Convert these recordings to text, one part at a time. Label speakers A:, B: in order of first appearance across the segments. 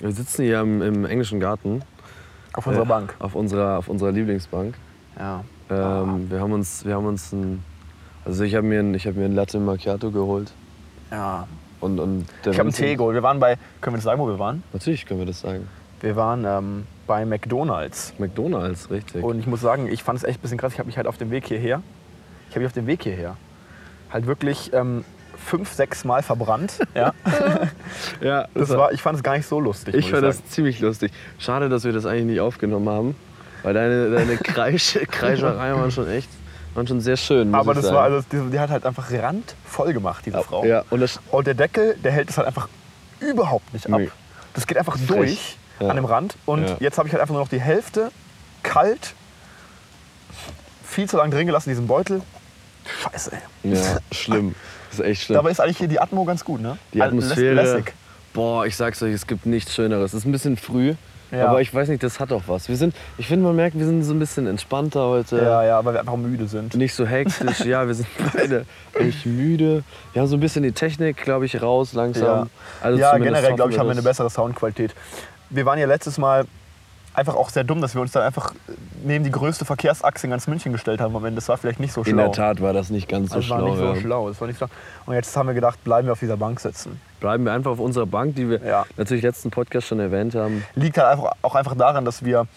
A: Wir sitzen hier im, im englischen Garten.
B: Auf unserer
A: Äh,
B: Bank.
A: Auf unserer, auf unserer Lieblingsbank.
B: Ja.
A: Ähm,
B: Ah.
A: wir, haben uns, wir haben uns ein. Also ich habe mir, ein- ich hab mir ein Latte Macchiato geholt.
B: ja.
A: Und, und der
B: Ich habe einen
A: Vincent-
B: Tee geholt. Wir waren bei, können wir das sagen, wo wir waren?
A: Natürlich können wir das sagen.
B: Wir waren ähm, bei McDonalds.
A: McDonalds, richtig.
B: Und ich muss sagen, ich fand es echt ein bisschen krass. Ich habe mich halt auf dem Weg hierher, ich habe mich auf dem Weg hierher halt wirklich ähm, fünf, sechs Mal verbrannt. Ja,
A: ja,
B: das war, ich fand es gar nicht so lustig.
A: Ich
B: muss
A: fand
B: sagen.
A: das ziemlich lustig. Schade, dass wir das eigentlich nicht aufgenommen haben. Weil deine, deine Kreisch, Kreischereien waren schon echt waren schon sehr schön. Muss
B: Aber
A: ich
B: das
A: sagen.
B: war, also, die, die hat halt einfach randvoll gemacht, diese Frau.
A: Ja, und das,
B: Und der Deckel, der hält es halt einfach überhaupt nicht ab.
A: Nee.
B: Das geht einfach durch
A: Ja.
B: an dem Rand. Und
A: Ja.
B: jetzt habe ich halt einfach nur noch die Hälfte kalt, viel zu lange drin gelassen, diesen Beutel. Scheiße, ey.
A: ja, schlimm. Das ist echt schlimm.
B: Dabei ist eigentlich hier die Atmo ganz gut, ne?
A: Die
B: Also läss-
A: Atmosphäre.
B: lässig.
A: Boah, ich sag's euch, es gibt nichts Schöneres. Es ist ein bisschen früh,
B: Ja.
A: aber ich weiß nicht, das hat auch was. Wir sind, ich finde, man merkt, wir sind so ein bisschen entspannter heute.
B: Ja, ja, weil wir einfach müde sind.
A: Nicht so hektisch. ja, wir sind beide echt müde. Wir haben so ein bisschen die Technik, glaube ich, raus langsam.
B: Ja,
A: Also
B: ja
A: zumindest
B: generell, glaube ich, haben
A: hoffen
B: wir eine
A: das.
B: bessere Soundqualität. Wir waren ja letztes Mal einfach auch sehr dumm, dass wir uns dann einfach neben die größte Verkehrsachse in ganz München gestellt haben. Am Ende, das war vielleicht nicht so schlau.
A: In der Tat war das nicht ganz so
B: Das war
A: schlau.
B: nicht so
A: ja.
B: schlau. Das war nicht schlau. Und jetzt haben wir gedacht, bleiben wir auf dieser Bank sitzen.
A: Bleiben wir einfach auf unserer Bank, die wir
B: Ja.
A: natürlich letzten Podcast schon erwähnt haben.
B: Liegt halt einfach, auch einfach daran, dass wir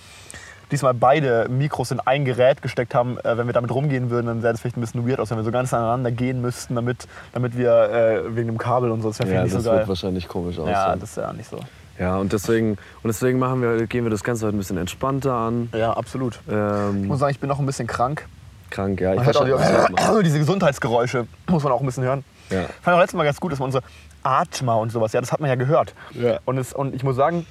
B: diesmal beide Mikros in ein Gerät gesteckt haben. Äh, wenn wir damit rumgehen würden, dann sähe das vielleicht ein bisschen weird aus, wenn wir so ganz aneinander gehen müssten, damit, damit wir äh, wegen dem Kabel und so. Das wäre
A: Ja,
B: vielleicht
A: das
B: nicht so geil.
A: wird wahrscheinlich komisch aussehen.
B: ja, das ist ja nicht so.
A: ja und deswegen, und deswegen machen wir, gehen wir das Ganze heute ein bisschen entspannter an.
B: Ja, absolut. Ich
A: Ähm,
B: muss sagen, ich bin noch ein bisschen krank.
A: krank, ja. Ich
B: Man hört auch
A: verstehe, was du meinst.
B: die, also diese Gesundheitsgeräusche, muss man auch ein bisschen hören.
A: Ja.
B: Fand auch letztes Mal ganz gut, dass man unsere Atma und sowas, ja, das hat man ja gehört.
A: Ja.
B: Und, es, und ich muss sagen,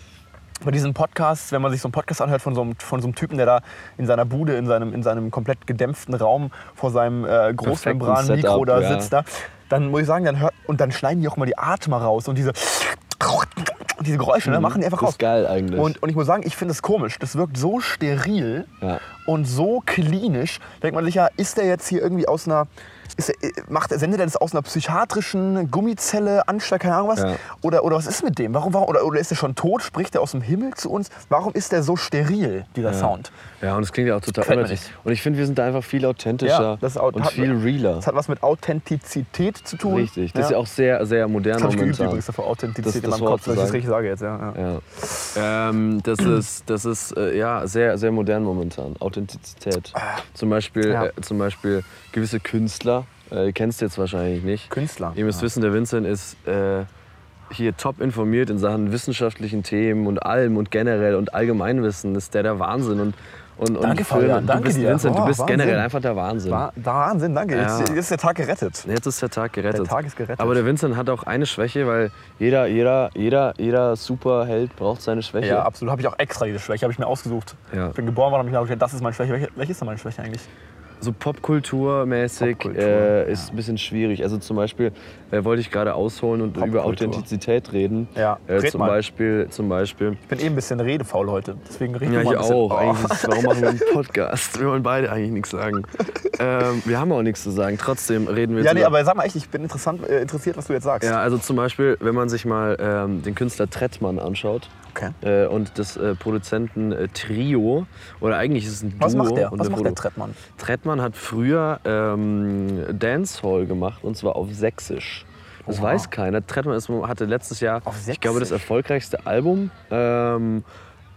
B: bei diesen Podcasts, wenn man sich so einen Podcast anhört von so einem, von so einem Typen, der da in seiner Bude, in seinem, in seinem komplett gedämpften Raum vor seinem äh, Großmembran-Mikro
A: Setup,
B: da
A: ja.
B: sitzt, da, dann muss ich sagen, dann hört, und dann schneiden die auch mal die Atma raus und diese, diese Geräusche, ne, machen die einfach
A: Mhm. Das
B: raus.
A: ist geil eigentlich.
B: Und, und ich muss sagen, ich finde es komisch. Das wirkt so steril
A: Ja.
B: und so klinisch. Da denkt man sich ja, ist der jetzt hier irgendwie aus einer. Ist der, äh, macht, sendet er das aus einer psychiatrischen Gummizelle, Anstalt, keine Ahnung was?
A: Ja.
B: Oder, oder was ist mit dem? Warum, warum, oder, oder ist der schon tot? Spricht er aus dem Himmel zu uns? Warum ist der so steril, dieser Sound?
A: Ja, und es klingt ja auch total
B: Gefällt mir
A: unnötig. Und ich finde, wir sind da einfach viel authentischer
B: ist au-
A: und
B: hat-
A: viel realer.
B: Das hat was mit Authentizität zu tun.
A: Richtig. Das ist ja auch sehr, sehr modern
B: Das habe ich geübt
A: momentan.
B: übrigens, dafür Authentizität
A: Das-
B: in
A: das
B: meinem
A: Wort
B: Kopf,
A: zu
B: dass ich das
A: sagen.
B: richtig sage jetzt. Ja, ja.
A: ja. ähm, das ist, das ist äh, ja, sehr, sehr modern momentan. Authentizität. Zum Beispiel,
B: Ah. Ja.
A: äh, zum Beispiel gewisse Künstler, äh, ihr kennst jetzt wahrscheinlich nicht.
B: Künstler.
A: Ihr müsst wissen, der Vincent ist äh, hier top informiert in Sachen wissenschaftlichen Themen und allem und generell und Allgemeinwissen. Das ist der der Wahnsinn. Und, und, und
B: Danke,
A: Filme.
B: Fabian,
A: Du
B: danke
A: bist,
B: dir.
A: Vincent, du
B: Oh,
A: bist
B: Wahnsinn.
A: generell einfach der Wahnsinn.
B: Wa- Wahnsinn, danke.
A: Ja.
B: Jetzt, jetzt ist der Tag gerettet.
A: Jetzt ist der Tag gerettet.
B: Der Tag ist gerettet.
A: Aber der Vincent hat auch eine Schwäche, weil jeder, jeder, jeder, jeder Superheld braucht seine Schwäche.
B: Ja, absolut. Habe ich auch extra diese Schwäche, habe ich mir ausgesucht.
A: Ja.
B: Ich bin geboren worden, habe ich mir gedacht, das ist meine Schwäche. Welche, welche ist denn meine Schwäche eigentlich?
A: So popkulturmäßig
B: Popkultur,
A: äh, ist ein bisschen schwierig. Also zum Beispiel äh, wollte ich gerade ausholen und über
B: Popkultur.
A: Authentizität reden.
B: Ja,
A: äh,
B: red
A: zum
B: mal.
A: Beispiel, zum Beispiel.
B: Ich bin eben ein bisschen redefaul heute. Deswegen rede
A: Ja,
B: mal
A: ich
B: ein bisschen.
A: auch.
B: Oh.
A: Eigentlich ist, warum machen wir einen Podcast? Wir wollen beide eigentlich nichts sagen. ähm, wir haben auch nichts zu sagen. Trotzdem reden wir
B: Ja,
A: jetzt
B: nee,
A: über-
B: aber sag mal echt, ich bin interessant, äh, interessiert, was du jetzt sagst.
A: ja, also zum Beispiel, wenn man sich mal ähm, den Künstler Trettmann anschaut,
B: Okay.
A: äh, und das äh, Produzenten-Trio. Oder eigentlich ist es ein Duo.
B: Was macht der?
A: und
B: Was
A: ein
B: macht der
A: Produ-
B: Trettmann?
A: Trettmann hat früher ähm, Dancehall gemacht und zwar auf Sächsisch. Das
B: Oha.
A: weiß keiner. Trettmann ist, hatte letztes Jahr,
B: Auf
A: ich glaube, das
B: Sächsisch?
A: erfolgreichste Album ähm,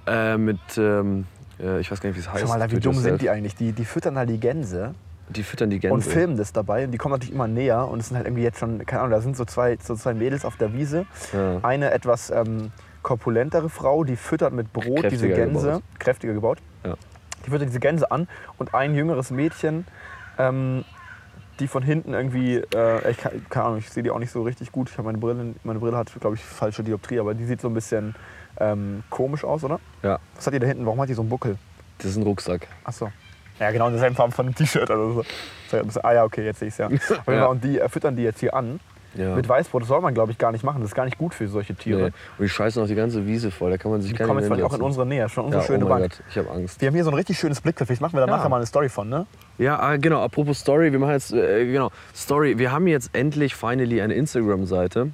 A: äh, mit, ähm, äh, ich weiß gar nicht, wie es heißt.
B: Schau mal, da, wie
A: Do it
B: dumm sind
A: yourself.
B: die eigentlich? Die, die füttern halt die Gänse,
A: Die füttern die Gänse.
B: und filmen das dabei. Und die kommen natürlich immer näher und es sind halt irgendwie jetzt schon, keine Ahnung, da sind so zwei, so zwei Mädels auf der Wiese.
A: Ja.
B: Eine etwas ähm, korpulentere Frau, die füttert mit Brot diese
A: Kräftiger
B: Gänse,
A: gebaut.
B: kräftiger gebaut.
A: Ja.
B: Die füttert diese Gänse an und ein jüngeres Mädchen, ähm, die von hinten irgendwie, äh, ich, kann- keine Ahnung, ich sehe die auch nicht so richtig gut. Ich habe meine Brille, meine Brille hat, glaube ich, falsche Dioptrie, aber die sieht so ein bisschen ähm, komisch aus, oder?
A: Ja,
B: Was hat die da hinten? Warum hat die so einen Buckel?
A: das ist ein Rucksack.
B: Achso. Ja, genau, in derselben Farbe von dem T-Shirt. Also so. Ist ja ein bisschen- Ah ja, okay, jetzt sehe ich es ja. Auf jeden Fall,
A: Ja.
B: Und die äh, füttern die jetzt hier an.
A: Ja.
B: Mit Weißbrot, das soll man, glaube ich, gar nicht machen. Das ist gar nicht gut für solche
A: Nee.
B: Tiere.
A: Und die scheißen auch die ganze Wiese voll. Da kann man sich
B: Die
A: gar
B: kommen
A: nicht
B: jetzt vielleicht auch in
A: hinsetzen.
B: unsere Nähe, schon unsere
A: ja,
B: schöne
A: oh mein
B: Bank.
A: Gott, ich habe Angst.
B: Wir haben hier so ein richtig schönes Blickfeld. Vielleicht machen wir da
A: Ja.
B: nachher mal eine Story von, ne?
A: Ja, ah, genau, apropos Story, wir machen jetzt, äh, genau, Story, wir haben jetzt endlich, finally eine Instagram-Seite.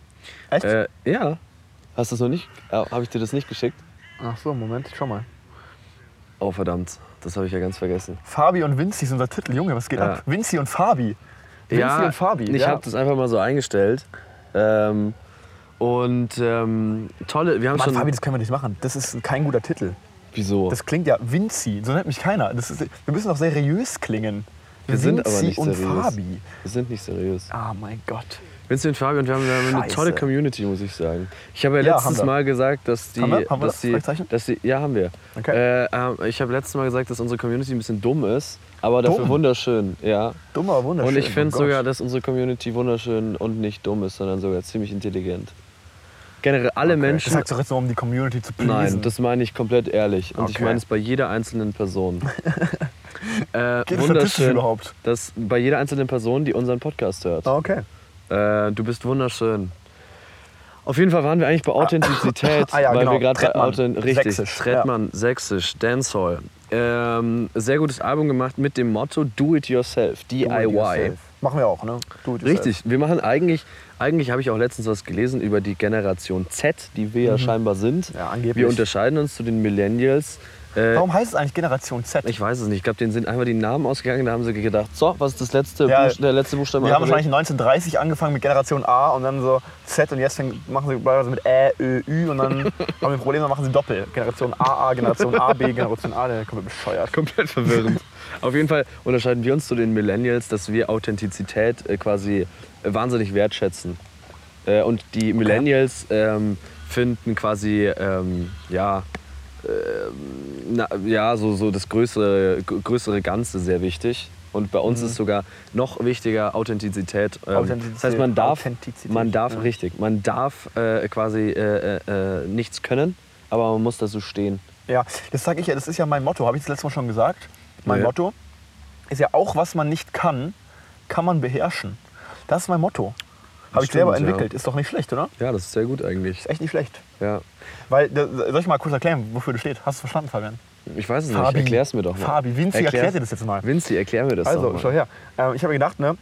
B: Echt?
A: Äh, ja, Hast du das noch nicht? Äh, habe ich dir das nicht geschickt?
B: Ach so, Moment, schau mal.
A: Oh verdammt, das habe ich ja ganz vergessen.
B: Fabi und Vinci ist unser Titel. Junge, was geht
A: Ja.
B: ab? Vinci und Fabi. Vinci und Fabi.
A: Ich
B: ja.
A: habe das einfach mal so eingestellt. Ähm, und ähm, tolle, wir haben
B: Mann,
A: schon.
B: Fabi, das können wir nicht machen. Das ist kein guter Titel.
A: wieso?
B: Das klingt ja Vinci. So nennt mich keiner. Das ist, wir müssen doch seriös klingen.
A: wir sind aber
B: Vinci
A: nicht
B: und
A: seriös.
B: Fabi.
A: Wir sind nicht seriös.
B: Ah, mein Gott.
A: Vincent und Fabi und wir haben, wir haben eine
B: Scheiße.
A: tolle Community, muss ich sagen. Ich habe ja,
B: Ja, haben
A: letztes
B: wir.
A: Mal gesagt, dass die,
B: Haben wir? Haben wir
A: dass
B: das?
A: die,
B: Fragezeichen?
A: dass die, ja haben wir.
B: Okay.
A: Äh, ähm, ich habe letztes Mal gesagt, dass unsere Community ein bisschen dumm ist, aber dafür
B: Dumm?
A: wunderschön, ja.
B: Dummer, wunderschön.
A: Und ich
B: oh
A: finde
B: Gott.
A: sogar, dass unsere Community wunderschön und nicht dumm ist, sondern sogar ziemlich intelligent. Generell alle
B: Okay.
A: Menschen.
B: Das sagst doch jetzt nur, um die Community zu pleasen.
A: Nein, das meine ich komplett ehrlich. Und ich
B: Okay.
A: meine es bei jeder einzelnen Person. äh,
B: Geht statistisch
A: wunderschön.
B: um überhaupt?
A: Das bei jeder einzelnen Person, die unseren Podcast hört.
B: Ah, okay.
A: Äh, du bist wunderschön. Auf jeden Fall waren wir eigentlich bei Authentizität,
B: Ah ja,
A: weil
B: genau.
A: wir gerade bei
B: Trettmann.
A: Authent richtig
B: Sächsisch,
A: Trettmann, Sächsisch, Dancehall. Ähm, sehr gutes Album gemacht mit dem Motto Do It Yourself, DIY.
B: Do it Oh, yourself. Machen wir auch, ne? Do it yourself.
A: Richtig, wir machen eigentlich, eigentlich habe ich auch letztens was gelesen über die Generation Z, die wir ja scheinbar sind.
B: Mhm. Ja, angeblich. Oh.
A: Wir unterscheiden uns zu den Millennials. Äh,
B: Warum heißt es eigentlich Generation Z?
A: ich weiß es nicht, ich glaube, denen sind einfach die Namen ausgegangen, da haben sie gedacht, so, was ist das letzte,
B: Ja,
A: Buchst- der letzte Buchstabe?
B: wir haben wahrscheinlich
A: Alphabet?
B: 1930 angefangen mit Generation A und dann so Z und jetzt fängt- machen sie teilweise mit Ä, Ö, Ü und dann haben wir ein Problem, dann machen sie Doppel. Generation AA, Generation AB, Generation A, der kommt bescheuert.
A: komplett verwirrend. Auf jeden Fall unterscheiden wir uns zu den Millennials, dass wir Authentizität äh, quasi äh, wahnsinnig wertschätzen. Äh, und die Millennials ähm, finden quasi, ähm, ja, ähm, na, ja, so, so das größere, gr- größere Ganze sehr wichtig. Und bei uns ist sogar noch wichtiger Authentizität. Ähm, Das heißt, man darf,
B: Authentizität,
A: man darf
B: ja.
A: richtig, man darf äh, quasi äh, äh, äh, nichts können, aber man muss dazu stehen.
B: Ja, das sage ich ja, das ist ja mein Motto, habe ich das letzte Mal schon gesagt. Mein
A: Nee.
B: Motto ist ja auch, was man nicht kann, kann man beherrschen. Das ist mein Motto. Habe ich
A: stimmt,
B: selber
A: ja.
B: entwickelt. Ist doch nicht schlecht, oder?
A: Ja, das ist sehr gut eigentlich.
B: Ist echt nicht schlecht.
A: Ja.
B: Weil, da- soll ich mal kurz erklären, wofür du steht? Hast du es verstanden, Fabian?
A: Ich weiß es nicht.
B: Fabi.
A: Erklär's mir doch mal.
B: Fabi, Vinci,
A: Erklär's-
B: erklär dir das jetzt mal.
A: Vinci, erklär mir das doch
B: Also,
A: mal.
B: schau her. Ähm, ich habe mir gedacht, ne,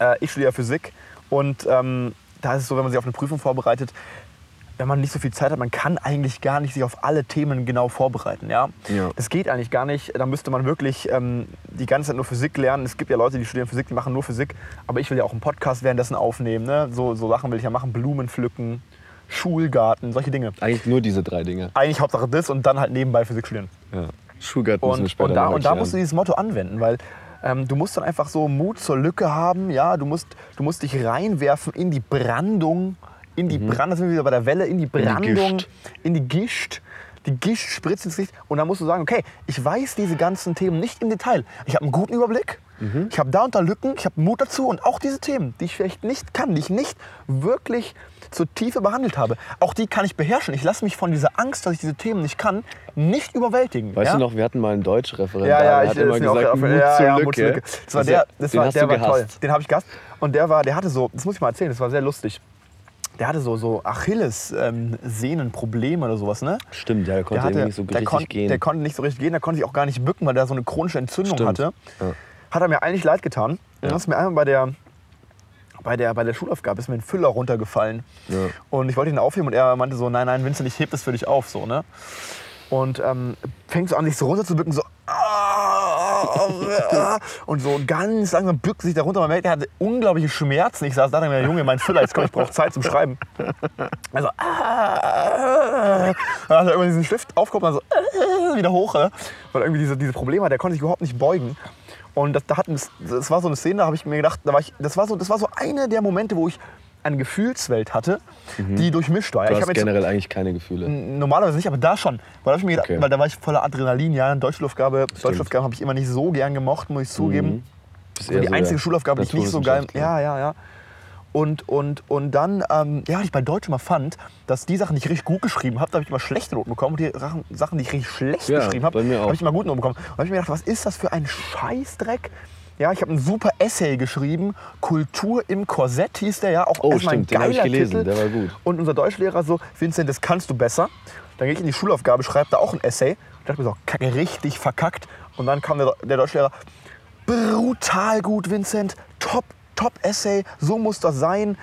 B: äh, ich studiere Physik und ähm, da ist es so, wenn man sich auf eine Prüfung vorbereitet, wenn man nicht so viel Zeit hat, man kann eigentlich gar nicht sich auf alle Themen genau vorbereiten. Ja?
A: Ja.
B: Das geht eigentlich gar nicht. Da müsste man wirklich ähm, die ganze Zeit nur Physik lernen. Es gibt ja Leute, die studieren Physik, die machen nur Physik. Aber ich will ja auch einen Podcast währenddessen aufnehmen. Ne? So, so Sachen will ich ja machen. Blumen pflücken, Schulgarten, solche Dinge.
A: Eigentlich nur diese drei Dinge.
B: Eigentlich Hauptsache das und dann halt nebenbei Physik studieren.
A: Ja. Schuhgart müssen wir
B: Und,
A: später
B: und, da,
A: noch
B: und da
A: erklären.
B: musst du dieses Motto anwenden, weil ähm, du musst dann einfach so Mut zur Lücke haben, ja, du musst, du musst dich reinwerfen in die Brandung, in die Brandung, da sind wir wieder bei der Welle, in die
A: Mhm. die
B: Brandung,
A: Gischt.
B: in die Gischt. Die Gischt spritzt ins Gesicht und dann musst du sagen, okay, ich weiß diese ganzen Themen nicht im Detail. Ich habe einen guten Überblick,
A: Mhm.
B: ich habe da und da Lücken, ich habe Mut dazu und auch diese Themen, die ich vielleicht nicht kann, die ich nicht wirklich zur Tiefe behandelt habe, auch die kann ich beherrschen. Ich lasse mich von dieser Angst, dass ich diese Themen nicht kann, nicht überwältigen.
A: Weißt
B: ja?
A: du noch, wir hatten mal einen Deutschreferent.
B: Ja, ja,
A: der
B: ich
A: hat immer
B: ist mir auch
A: gesagt,
B: gerade
A: Mut
B: aufgefallen. ja,
A: zur
B: ja,
A: Lücke.
B: Mut zur Lücke. Das war
A: Dieser-
B: der, das
A: den
B: war,
A: hast
B: der
A: du
B: war toll.
A: gehasst.
B: Den habe ich gehasst. Und der war, der hatte so, das muss ich mal erzählen, das war sehr lustig. Der hatte so, so Achilles-Sehnenprobleme oder sowas, ne?
A: Stimmt, ja, der konnte
B: der
A: irgendwie so
B: der
A: richtig
B: kon-
A: gehen.
B: Der konnte nicht so richtig gehen, der konnte sich auch gar nicht bücken, weil der so eine chronische Entzündung
A: Stimmt.
B: hatte.
A: Ja.
B: Hat er mir eigentlich leid getan. Und Dann
A: Ja.
B: ist mir einmal bei der, bei der, bei der Schulaufgabe ist mir ein Füller runtergefallen.
A: Ja.
B: Und ich wollte ihn aufheben und er meinte so, nein, nein, Vincent, ich heb das für dich auf. So, ne? Und ähm, fängt so an, sich so runterzubücken, so. Und so ganz langsam bückt sich da runter. Man merkt, er hatte unglaubliche Schmerzen. Ich saß da und dachte mir, Junge, mein Füller, jetzt komm, ich brauche Zeit zum Schreiben. Also, ah, dann hat er immer diesen Stift aufgehoben, also ah, wieder hoch, ne? weil er irgendwie diese, diese Probleme hat. Der konnte sich überhaupt nicht beugen. Und das, da hatten, das war so eine Szene, da habe ich mir gedacht, da war ich, das, war so, das war so eine der Momente, wo ich eine Gefühlswelt hatte, die durchmischt war. Ja,
A: du
B: ich
A: hast
B: habe jetzt Hm,
A: generell eigentlich keine Gefühle.
B: normalerweise nicht, aber da schon. Weil da, hab ich mir gedacht,
A: Okay.
B: weil da war ich voller Adrenalin, ja. Deutschschulaufgabe, Deutschschulaufgaben habe ich immer nicht so gern gemocht, muss ich zugeben.
A: Bist
B: So
A: eher
B: die
A: so der
B: einzige Schulaufgabe, die ich nicht so geil.
A: Naturwissenschaftler.
B: Ja, ja, ja. Und, und, und dann, ähm, ja, was ich bei Deutsch immer fand, dass die Sachen, die ich richtig gut geschrieben habe, da habe ich immer schlechte Noten bekommen. Und die Sachen- Sachen, die ich richtig schlecht
A: Ja,
B: geschrieben
A: bei
B: habe,
A: mir auch.
B: habe ich immer gute Noten bekommen. Und da habe ich mir gedacht, was ist das für ein Scheißdreck? Ja, ich habe einen super Essay geschrieben. Kultur im Korsett hieß der ja. Auch
A: Oh,
B: erstmal
A: stimmt, den habe ich gelesen,
B: Titel.
A: der war gut.
B: Und unser Deutschlehrer so, Vincent, das kannst du besser. Dann gehe ich in die Schulaufgabe, schreibe da auch ein Essay. Ich dachte mir so, kacke, richtig verkackt. Und dann kam der, der Deutschlehrer, brutal gut, Vincent, top, top Essay, so muss das sein.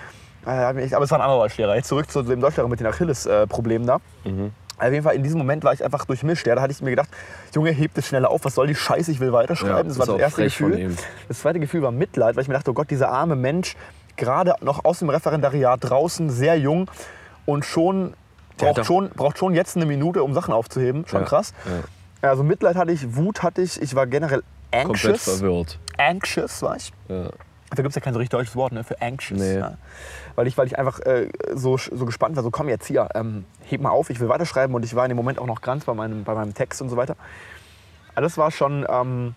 B: Äh, hat mir echt- Aber es war ein anderer Deutschlehrer. Jetzt zurück zu dem Deutschlehrer mit den Achilles-Problemen da.
A: Mhm.
B: Auf jeden Fall, in diesem Moment war ich einfach durchmischt. Ja, da hatte ich mir gedacht, Junge, hebt es schneller auf, was soll die Scheiße, ich will weiterschreiben.
A: Ja,
B: das
A: ist
B: war das
A: auch
B: erste
A: frech von
B: Gefühl.
A: ihm.
B: Das zweite Gefühl war Mitleid, weil ich mir dachte, oh Gott, dieser arme Mensch, gerade noch aus dem Referendariat draußen, sehr jung und schon
A: Der hat
B: braucht,
A: doch-
B: schon, braucht schon jetzt eine Minute, um Sachen aufzuheben. Schon
A: Ja,
B: krass. Also Mitleid hatte ich, Wut hatte ich, ich war generell
A: Komplett
B: anxious.
A: verwirrt.
B: Anxious war ich.
A: Ja.
B: Da gibt es ja kein so richtig deutsches Wort ne, für anxious.
A: Nee.
B: Ja. Weil, ich, weil ich einfach äh, so, so gespannt war, so komm jetzt hier, ähm, heb mal auf, ich will weiterschreiben. Und ich war in dem Moment auch noch ganz bei meinem, bei meinem Text und so weiter. Aber das war schon, ähm,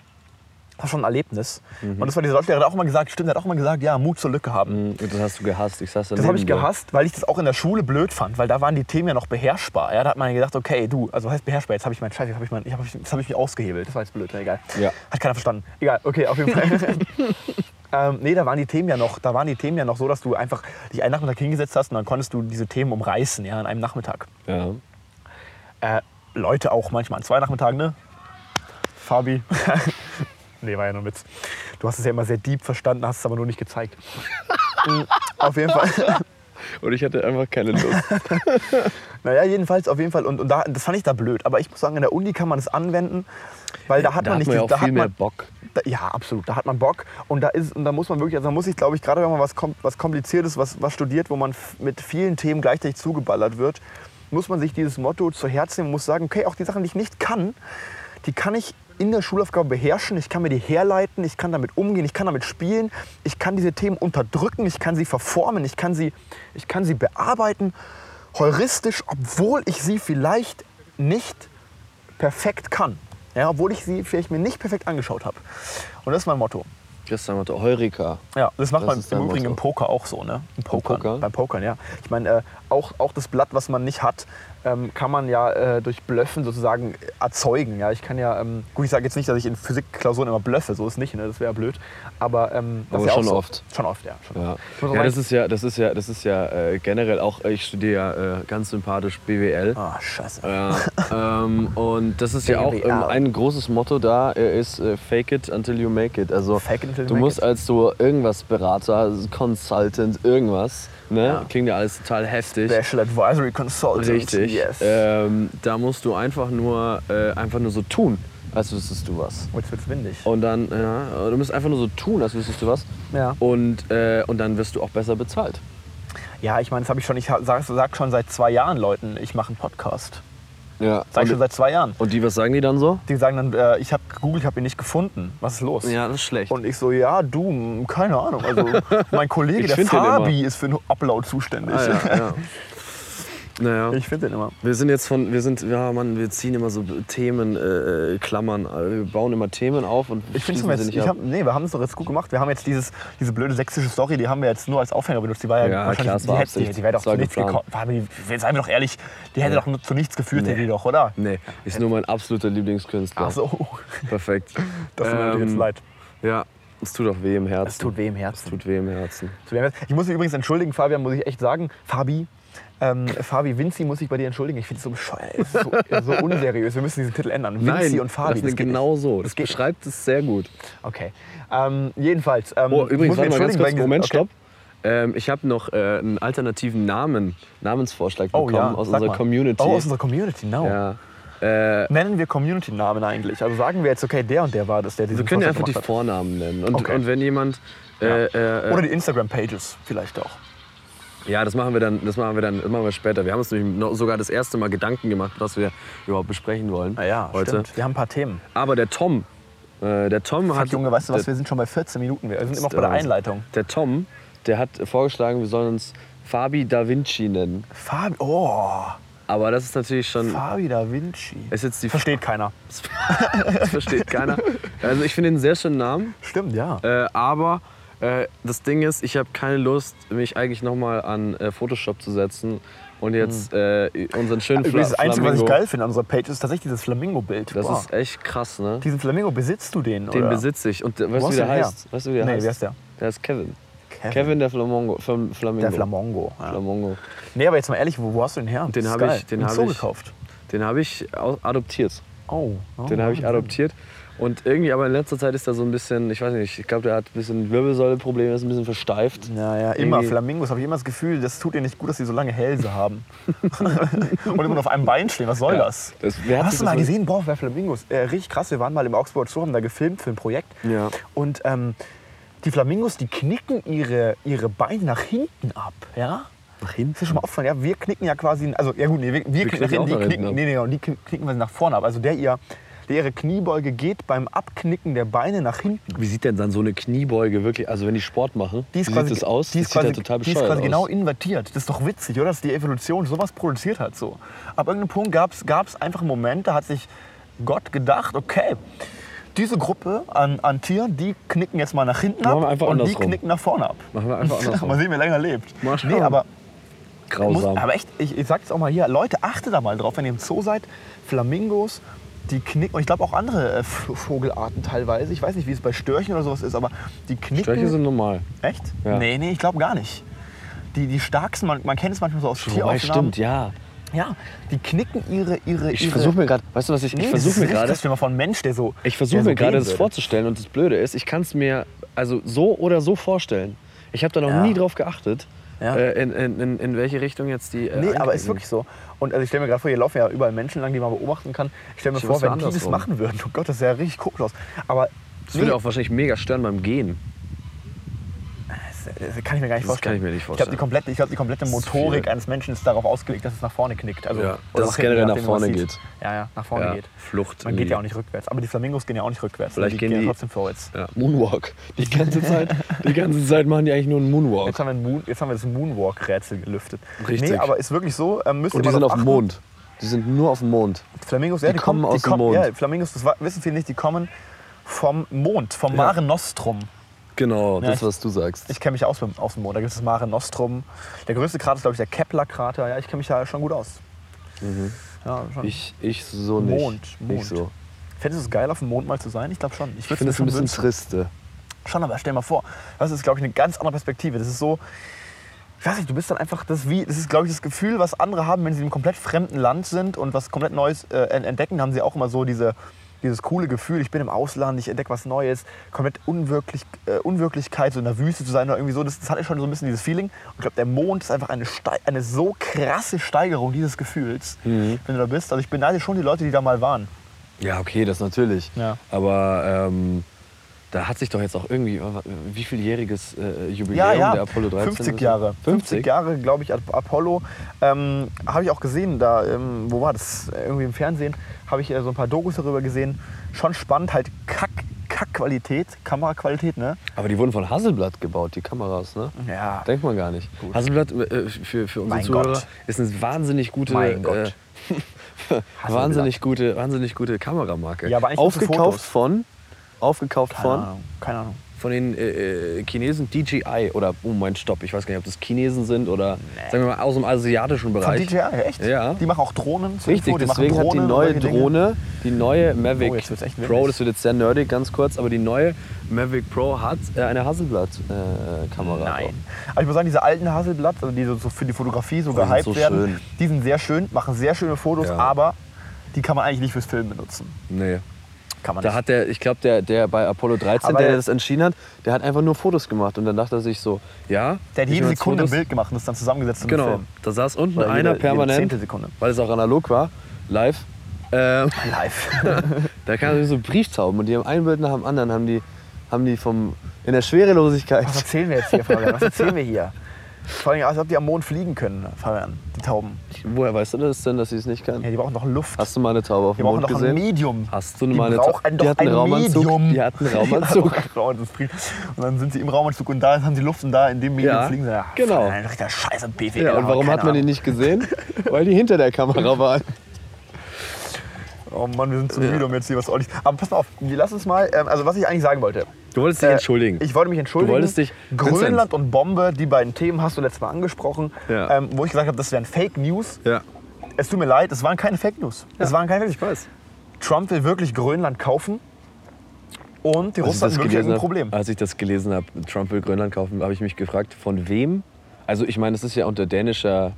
B: war schon ein Erlebnis.
A: Mhm.
B: Und das war dieser Deutschlehrer, der hat auch immer gesagt, stimmt, der hat auch immer gesagt, ja, Mut zur Lücke haben.
A: Und Hm, das hast du gehasst. Ich saß
B: Das habe ich
A: daneben,
B: gehasst, weil ich das auch in der Schule blöd fand, weil da waren die Themen ja noch beherrschbar. Ja, da hat man gedacht, okay, du, also heißt beherrschbar, jetzt habe ich meinen Scheiß, jetzt habe ich, mein, ich hab, jetzt hab ich mich ausgehebelt. Das war jetzt blöd, na, egal.
A: Ja.
B: Hat keiner verstanden. Egal, okay, auf jeden Fall. ähm, nee, da waren die Themen ja noch, da waren die Themen ja noch so, dass du einfach dich einen Nachmittag hingesetzt hast und dann konntest du diese Themen umreißen, ja, an einem Nachmittag.
A: Ja.
B: Äh, Leute auch manchmal an zwei Nachmittagen, ne? Fabi. nee, war ja nur mit. Du hast es ja immer sehr deep verstanden, hast es aber nur nicht gezeigt. Mm, auf jeden Fall.
A: Und ich hatte einfach keine Lust.
B: Naja, jedenfalls, auf jeden Fall. Und, und da, das fand ich da blöd. Aber ich muss sagen, in der Uni kann man das anwenden, weil da hat
A: Äh, da
B: man nicht
A: ja
B: die-
A: auch
B: da
A: viel
B: hat
A: mehr
B: man,
A: Bock.
B: da, Ja, absolut. Da hat man Bock. Und da, ist, und da muss man wirklich, also da muss ich, glaube ich, gerade wenn man was, kom was Kompliziertes, was, was studiert, wo man f- mit vielen Themen gleichzeitig zugeballert wird, muss man sich dieses Motto zu Herzen nehmen und muss sagen, okay, auch die Sachen, die ich nicht kann, die kann ich in der Schulaufgabe beherrschen, ich kann mir die herleiten, ich kann damit umgehen, ich kann damit spielen, ich kann diese Themen unterdrücken, ich kann sie verformen, ich kann sie, ich kann sie bearbeiten, heuristisch, obwohl ich sie vielleicht nicht perfekt kann. Ja, obwohl ich sie vielleicht mir nicht perfekt angeschaut habe. Und das ist mein Motto.
A: Gestern hatte Heurika.
B: Ja, das macht
A: Das
B: man
A: ist
B: im
A: dein
B: Übrigen
A: Motto.
B: im Poker auch so, ne? Im
A: Poker?
B: Beim Pokern, ja. Ich meine, äh, auch, auch das Blatt, was man nicht hat, ähm, kann man ja äh, durch Blöffen sozusagen erzeugen. Ja, ich kann ja, ähm, gut, ich sage jetzt nicht, dass ich in Physikklausuren immer blöffe, so ist nicht, ne? Das wäre blöd. Aber, ähm, das
A: Aber
B: ist ja
A: schon
B: auch so.
A: oft.
B: Schon oft, ja. Schon
A: Ja,
B: oft. Ich muss auch
A: ja das
B: sagen-
A: ist ja, das ist ja, das ist ja äh, generell auch, ich studiere ja äh, ganz sympathisch BWL.
B: Ah, scheiße.
A: Ja, ähm, und das ist ja auch ähm,
B: BWL.
A: ein großes Motto da, äh, ist äh, fake it until you make it. Also
B: Fake it until you
A: du
B: make
A: musst
B: it.
A: als so irgendwas Berater, Consultant, irgendwas, ne?
B: Ja.
A: Klingt ja alles total heftig.
B: Special Advisory Consultant.
A: Richtig.
B: Yes.
A: Ähm, da musst du einfach nur, äh, einfach nur so tun, als wüsstest du was.
B: Oh, Jetzt wird's windig.
A: Und dann, ja, du musst einfach nur so tun, als wüsstest du was.
B: Ja.
A: Und, äh, und dann wirst du auch besser bezahlt.
B: Ja, ich meine, das habe ich schon, ich sage sag schon seit zwei Jahren Leuten, ich mache einen Podcast.
A: Ja.
B: Sag ich schon seit zwei Jahren.
A: Und die, was sagen die dann so?
B: Die sagen dann, äh, ich habe gegoogelt, ich habe ihn nicht gefunden. Was ist los?
A: Ja, das ist schlecht.
B: Und ich so, ja, du, mh, keine Ahnung. Also mein Kollege,
A: Ich
B: der
A: find den
B: Fabi, ist für den Upload zuständig.
A: ah, ja, ja. Naja.
B: Ich finde den immer.
A: wir sind jetzt von, wir sind, ja Mann, wir ziehen immer so Themen, äh, äh, Klammern, äh, wir bauen immer Themen auf und
B: Ich finde
A: schließen
B: es
A: sie
B: jetzt,
A: nicht
B: ich
A: ab.
B: hab, nee, wir haben es doch jetzt gut gemacht. Wir haben jetzt dieses, diese blöde sächsische Story, die haben wir jetzt nur als Aufhänger benutzt. Die war ja,
A: Ja,
B: wahrscheinlich,
A: klar, es war
B: die, hätte, die,
A: Absicht.
B: die wäre doch
A: Es war
B: zu nichts
A: geplant.
B: gekommen. Fabi, Seien wir doch ehrlich, die hätte doch zu nichts geführt, hätte die doch, oder?
A: Nee, ist nur mein absoluter Lieblingskünstler.
B: Ach so,
A: Perfekt.
B: das tut mir jetzt
A: Ähm,
B: leid.
A: Ja, es tut auch weh im Herzen. Es
B: weh im Herzen.
A: tut weh im Herzen.
B: Zu der- Ich muss mich übrigens entschuldigen, Fabian, muss ich echt sagen. Fabi, ähm, Fabi Vinci muss ich bei dir entschuldigen. Ich finde es so bescheuert. Es ist so, so unseriös. Wir müssen diesen Titel ändern. Vinci und Fabi.
A: das
B: geht
A: genau
B: nicht.
A: so.
B: Das
A: Das
B: geht nicht.
A: beschreibt es sehr gut.
B: Okay. Ähm, jedenfalls. Ähm,
A: Oh, übrigens,
B: muss
A: warte
B: ich
A: mal ganz
B: entschuldigen,
A: kurz.
B: wegen-
A: Moment,
B: okay.
A: stopp. Ähm, ich habe noch äh, einen alternativen Namen, Namensvorschlag
B: Oh,
A: bekommen
B: ja,
A: aus
B: sag
A: unserer
B: mal.
A: Community.
B: Oh, aus unserer Community, no.
A: ja.
B: Nennen wir Community-Namen eigentlich? Also sagen wir jetzt, okay, der und der war das, der diesen
A: Wir können ja einfach
B: Vorschlag
A: die
B: gemacht
A: Vornamen nennen. Und,
B: Okay.
A: und wenn jemand.
B: Ja.
A: Äh, äh,
B: hat.
A: äh,
B: Oder die Instagram-Pages vielleicht auch.
A: ja, das machen wir dann, das machen wir dann, das machen wir später. Wir haben uns nämlich noch sogar das erste Mal Gedanken gemacht, was wir überhaupt besprechen wollen
B: Ah ja,
A: heute.
B: stimmt. Wir haben ein paar Themen.
A: Aber der Tom, äh, der Tom
B: Fuck,
A: hat äh,
B: Junge, weißt du was,
A: der,
B: wir sind schon bei 14 Minuten. Wir sind immer noch bei der
A: Wahnsinn.
B: Einleitung.
A: der Tom, der hat vorgeschlagen, wir sollen uns Fabi Da Vinci nennen.
B: Fabi, oh,
A: Aber das ist natürlich schon,
B: Fabi da Vinci.
A: ist jetzt die
B: Versteht keiner.
A: das versteht keiner. Also ich finde den sehr schönen Namen,
B: Stimmt, ja.
A: äh, aber äh, das Ding ist, ich habe keine Lust, mich eigentlich nochmal an äh, Photoshop zu setzen und jetzt äh, unseren schönen Fla
B: Hm. Übrigens, das Einzige, was ich
A: Flamingo-
B: geil finde an unserer Page, ist tatsächlich dieses Flamingo-Bild.
A: Das
B: Boah.
A: ist echt krass, ne?
B: Diesen Flamingo, besitzt du den,
A: Den
B: oder?
A: besitze ich. Und äh, weißt
B: Wo
A: du, wie
B: hast
A: der
B: du den
A: heißt?
B: her?
A: Weißt du, wie der
B: Nee,
A: heißt?
B: wer ist der?
A: Der ist Kevin.
B: Kevin.
A: Kevin, der Flamongo, Flam Flamingo.
B: Der Flamongo. Ja.
A: Flamongo.
B: Nee, aber jetzt mal ehrlich, wo, wo hast du den her?
A: Den
B: Das ist
A: habe ich-
B: geil.
A: den
B: Im
A: habe
B: Zoo
A: ich-
B: gekauft.
A: Den habe ich au- adoptiert.
B: Oh. oh
A: Den habe ich adoptiert. Und irgendwie, aber in letzter Zeit ist er so ein bisschen, ich weiß nicht, ich glaube, der hat ein bisschen Wirbelsäuleprobleme, ist ein bisschen versteift.
B: Naja, immer.
A: Irgendwie-
B: Flamingos habe ich immer das Gefühl, das tut ihr nicht gut, dass sie so lange Hälse haben. und immer nur auf einem Bein stehen. Was soll
A: Ja.
B: das?
A: Das- wer hat
B: Hast
A: sich
B: du
A: das
B: mal
A: so-
B: gesehen? Boah, bei Flamingos. Äh, richtig krass. Wir waren mal im Augsburger Zoo, haben da gefilmt für ein Projekt.
A: Ja.
B: Und ähm, die Flamingos, die knicken ihre, ihre Beine nach hinten ab. Ja?
A: Nach
B: Ist dir schon mal aufgefallen? Ja, wir knicken ja quasi, also ja gut, nee, wir, wir, knicken nach
A: knicken auch
B: hinten, die
A: nach hinten
B: knicken,
A: ab.
B: nee, nee, genau, die kn- knicken quasi nach vorne ab. Also der, ihr, der ihre Kniebeuge geht beim Abknicken der Beine nach hinten.
A: Wie sieht denn dann so eine Kniebeuge wirklich, also wenn die Sport machen, wie sieht das aus?
B: Die ist
A: das
B: quasi,
A: sieht ja total
B: die ist
A: bescheuert
B: quasi
A: aus.
B: genau invertiert. Das ist doch witzig, oder? Dass die Evolution sowas produziert hat. So. Ab irgendeinem Punkt gab es einfach einen Moment, da hat sich Gott gedacht, okay, diese Gruppe an, an Tieren, die knicken jetzt mal nach hinten
A: Machen wir
B: ab
A: einfach
B: und die
A: andersrum.
B: knicken nach vorne ab.
A: Machen wir einfach andersrum.
B: mal sehen, wer länger lebt.
A: Mal
B: nee,
A: schauen.
B: aber, muss,
A: Grausam.
B: aber echt, ich, ich sag's auch mal hier, Leute, achtet da mal drauf, wenn ihr im Zoo seid, Flamingos, die knicken, und ich glaube auch andere äh, V- Vogelarten teilweise, ich weiß nicht, wie es bei Störchen oder sowas ist, aber die knicken...
A: Störche sind normal.
B: Echt?
A: Ja.
B: Nee, nee, ich glaube gar nicht. Die, die starksten, man, man kennt es manchmal so aus
A: Wobei,
B: Tieraufnahmen.
A: stimmt, ja.
B: Ja, die knicken ihre ihre
A: Ich
B: ihre
A: versuche mir gerade, weißt du was, ich, ich
B: Nee, das
A: versuche
B: ist
A: mir
B: richtig,
A: gerade,
B: das ist immer von einem Mensch, der so
A: ich
B: der
A: versuche mir
B: so
A: gerade
B: reden
A: das
B: würde.
A: vorzustellen und das Blöde ist, ich kann es mir also so oder so vorstellen. Ich habe da noch
B: Ja.
A: nie drauf geachtet,
B: Ja.
A: äh, in, in, in, in welche Richtung jetzt die. Äh,
B: Nee, aber
A: anknicken.
B: ist wirklich so. Und also ich stelle mir gerade vor, hier laufen ja überall Menschen lang, die man beobachten kann. Ich stelle mir
A: Ich
B: vor,
A: weiß, wir
B: wenn die das
A: andersrum.
B: machen würden. Oh Gott, das sah ja richtig komisch aus. Aber
A: Das würde auch wahrscheinlich mega stören beim Gehen.
B: das, das kann ich mir gar nicht
A: Das kann
B: vorstellen.
A: ich mir nicht
B: Ich glaube, die
A: vorstellen.
B: komplette, ich glaub, die komplette
A: ist
B: Motorik
A: viel.
B: eines Menschen ist darauf ausgelegt, dass es nach vorne knickt. Also,
A: Ja,
B: oder
A: dass
B: nach
A: es
B: hinten,
A: generell
B: je
A: nach
B: nachdem, wie man
A: vorne
B: sieht.
A: geht.
B: Ja, ja, nach vorne
A: Ja,
B: geht.
A: Flucht
B: Man geht
A: irgendwie.
B: ja auch nicht rückwärts. Aber die Flamingos gehen ja auch nicht rückwärts. Also
A: Vielleicht
B: die
A: gehen
B: gehen
A: die-
B: ja trotzdem vorwärts.
A: Ja, Moonwalk. Die ganze Zeit, die ganze Zeit machen die eigentlich nur einen
B: Jetzt
A: Moonwalk.
B: haben wir, ein Moon, jetzt haben wir das Moonwalk-Rätsel gelüftet.
A: Richtig.
B: Nee, aber ist wirklich so. Ähm, müsst ihr
A: Und die
B: mal
A: sind
B: drauf
A: auf dem
B: achten.
A: Mond. Die sind nur auf dem Mond.
B: Flamingos, ja,
A: Die kommen aus dem Mond.
B: Ja, Flamingos, das wa- wissen viele nicht, die kommen vom Mond, vom Mare Nostrum.
A: Genau,
B: Ja,
A: das,
B: ich-
A: was du sagst.
B: Ich kenne mich aus mit- aus dem Mond. Da gibt es das Mare Nostrum. Der größte Krater ist, glaube ich, der Kepler-Krater. Ja, ich kenne mich da schon gut aus.
A: Mhm.
B: Ja, schon.
A: Ich, ich so nicht.
B: Mond, Mond.
A: Nicht so.
B: Fändest du es geil, auf dem Mond mal zu sein? Ich glaube schon.
A: Ich
B: würd's
A: finde
B: mir
A: das ein
B: schon
A: bisschen
B: wünschen.
A: triste.
B: Schon, aber stell mal vor, das ist, glaube ich, eine ganz andere Perspektive. Das ist so, ich weiß nicht, du bist dann einfach, das, ist wie, das ist, glaube ich, das Gefühl, was andere haben, wenn sie in einem komplett fremden Land sind und was komplett Neues äh, en- entdecken, haben sie auch immer so diese, dieses coole Gefühl, ich bin im Ausland, ich entdecke was Neues, komplett Unwirklich, äh, Unwirklichkeit, so in der Wüste zu sein oder irgendwie so, das, das hatte schon so ein bisschen dieses Feeling. Und ich glaube, der Mond ist einfach eine, Ste- eine so krasse Steigerung dieses Gefühls,
A: Mhm.
B: wenn du da bist. Also ich beneide schon die Leute, die da mal waren.
A: Ja, okay, das natürlich.
B: Ja.
A: Aber ähm, da hat sich doch jetzt auch irgendwie, äh, wie vieljähriges äh, Jubiläum
B: Ja, ja.
A: der Apollo 13?
B: 50
A: ist?
B: Jahre.
A: 50?
B: 50 Jahre, glaube ich, Ap- Apollo. Ähm, habe ich auch gesehen, da, ähm, wo war das? Irgendwie im Fernsehen. Habe ich äh, so ein paar Dokus darüber gesehen. Schon spannend, halt Kack, Kackqualität, Kameraqualität, ne?
A: Aber die wurden von Hasselblatt gebaut, die Kameras, ne?
B: Ja.
A: Denkt man gar nicht. Hasselblatt äh, für, für unsere
B: Mein
A: Zuhörer
B: Gott.
A: ist eine wahnsinnig gute,
B: Mein Gott.
A: äh, wahnsinnig gute, wahnsinnig gute Kameramarke.
B: Ja, aber eigentlich nur für
A: aufgekauft
B: Fotos.
A: von, aufgekauft
B: Keine
A: von,
B: Ahnung. Keine Ahnung.
A: von den äh, äh, Chinesen DJI oder oh mein Stopp, ich weiß gar nicht, ob das Chinesen sind oder sagen wir mal aus dem asiatischen
B: Von
A: Bereich.
B: DJI, echt?
A: Ja.
B: Die machen auch Drohnen. zur
A: Richtig,
B: Info, die machen
A: deswegen hat die
B: Drohnen und
A: neue
B: solche Dinge.
A: Drohne, die neue
B: Oh,
A: Mavic
B: jetzt wird's echt
A: Pro,
B: windig.
A: das wird jetzt sehr nerdig, ganz kurz, aber die neue Mavic Pro hat äh, eine äh, Hasselblatt-Kamera.
B: Nein. Aber ich muss sagen, diese alten Hasselblatt, also die so für die Fotografie so
A: Oh, die sind
B: gehypt
A: so
B: werden,
A: schön.
B: die sind sehr schön, machen sehr schöne Fotos,
A: Ja.
B: aber die kann man eigentlich nicht fürs Filmen benutzen.
A: Nee.
B: Kann man
A: Da
B: nicht.
A: hat der, ich glaube, der, der bei Apollo 13,
B: Aber
A: der,
B: der-
A: das entschieden hat, der hat einfach nur Fotos gemacht und dann dachte er sich so, ja.
B: Der hat
A: ich
B: jede
A: mach jetzt
B: Sekunde ein
A: Fotos.
B: Bild gemacht und ist dann zusammengesetzt in
A: Genau,
B: einen
A: da saß unten
B: Oder jede-
A: einer
B: jede
A: permanent,
B: zehnte Sekunde.
A: weil es auch analog war, live. Ähm,
B: Film. Live.
A: da kamen so Brieftauben und die haben ein Bild nach dem anderen, haben die, haben die vom, in der Schwerelosigkeit.
B: Was erzählen wir jetzt hier, Fabian? Was erzählen wir hier? Vor allem, als ob die am Mond fliegen können, Fabian, die Tauben.
A: Woher weißt du das denn, dass sie es nicht kann?
B: Ja, die brauchen noch Luft.
A: Hast du mal eine Taube auf
B: die
A: dem
B: brauchen
A: Mond
B: noch ein
A: gesehen?
B: Medium.
A: Hast du
B: die
A: mal eine
B: brauchen
A: Taube-
B: ein-
A: die
B: doch
A: hat einen
B: ein
A: Raumanzug.
B: Medium.
A: Die hat einen Raumanzug.
B: Die hat einen Raumanzug. Und dann sind sie im Raumanzug und da haben sie Luft und da in dem Medium
A: Ja,
B: fliegen sie. Ja,
A: genau.
B: Ein richtiger Scheiß am BWL.
A: Ja, und
B: aber
A: warum
B: Oh, keine
A: hat man die
B: Ahnung.
A: nicht gesehen? Weil die hinter der Kamera waren.
B: Oh Mann, wir sind zu müde, um jetzt hier was ordentlich. Aber pass mal auf, lass uns mal, ähm, also was ich eigentlich sagen wollte.
A: Du wolltest dich
B: Äh,
A: entschuldigen.
B: Ich wollte mich entschuldigen.
A: Du wolltest dich-
B: Grönland
A: Vincent.
B: und Bombe, die beiden Themen hast du letztes Mal angesprochen,
A: Ja.
B: ähm, wo ich gesagt habe, das wären Fake News.
A: ja.
B: Es tut mir leid, es waren keine Fake News. Es waren keine Fake News.
A: weiß.
B: Trump will wirklich Grönland kaufen und die
A: Als ich, das
B: Russen
A: Ah,
B: haben wirklich
A: gelesen
B: ein
A: hab,
B: Problem.
A: als ich das gelesen habe, Trump will Grönland kaufen, habe ich mich gefragt, von wem? Also ich meine, es ist ja unter dänischer,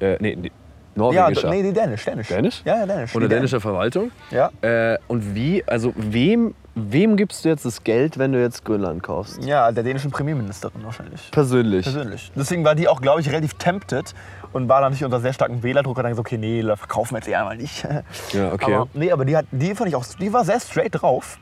A: äh, nee, nee,
B: ja,
A: norwegischer,
B: d- nee, nee, Dänisch, Dänisch.
A: Dänisch?
B: Ja, ja, Dänisch.
A: unter
B: die
A: dänischer Verwaltung.
B: Dänen. Ja.
A: Äh, und wie, also wem Wem gibst du jetzt das Geld, wenn du jetzt Grönland kaufst?
B: Ja, der dänischen Premierministerin wahrscheinlich.
A: Persönlich.
B: Persönlich. Deswegen war die auch, glaube ich, relativ tempted und war dann nicht unter sehr starkem Wählerdruck und hat gesagt, okay, nee, da verkaufen wir jetzt eher mal nicht.
A: Ja, okay.
B: Aber, nee, aber die, hat, die fand ich auch, die war sehr straight drauf.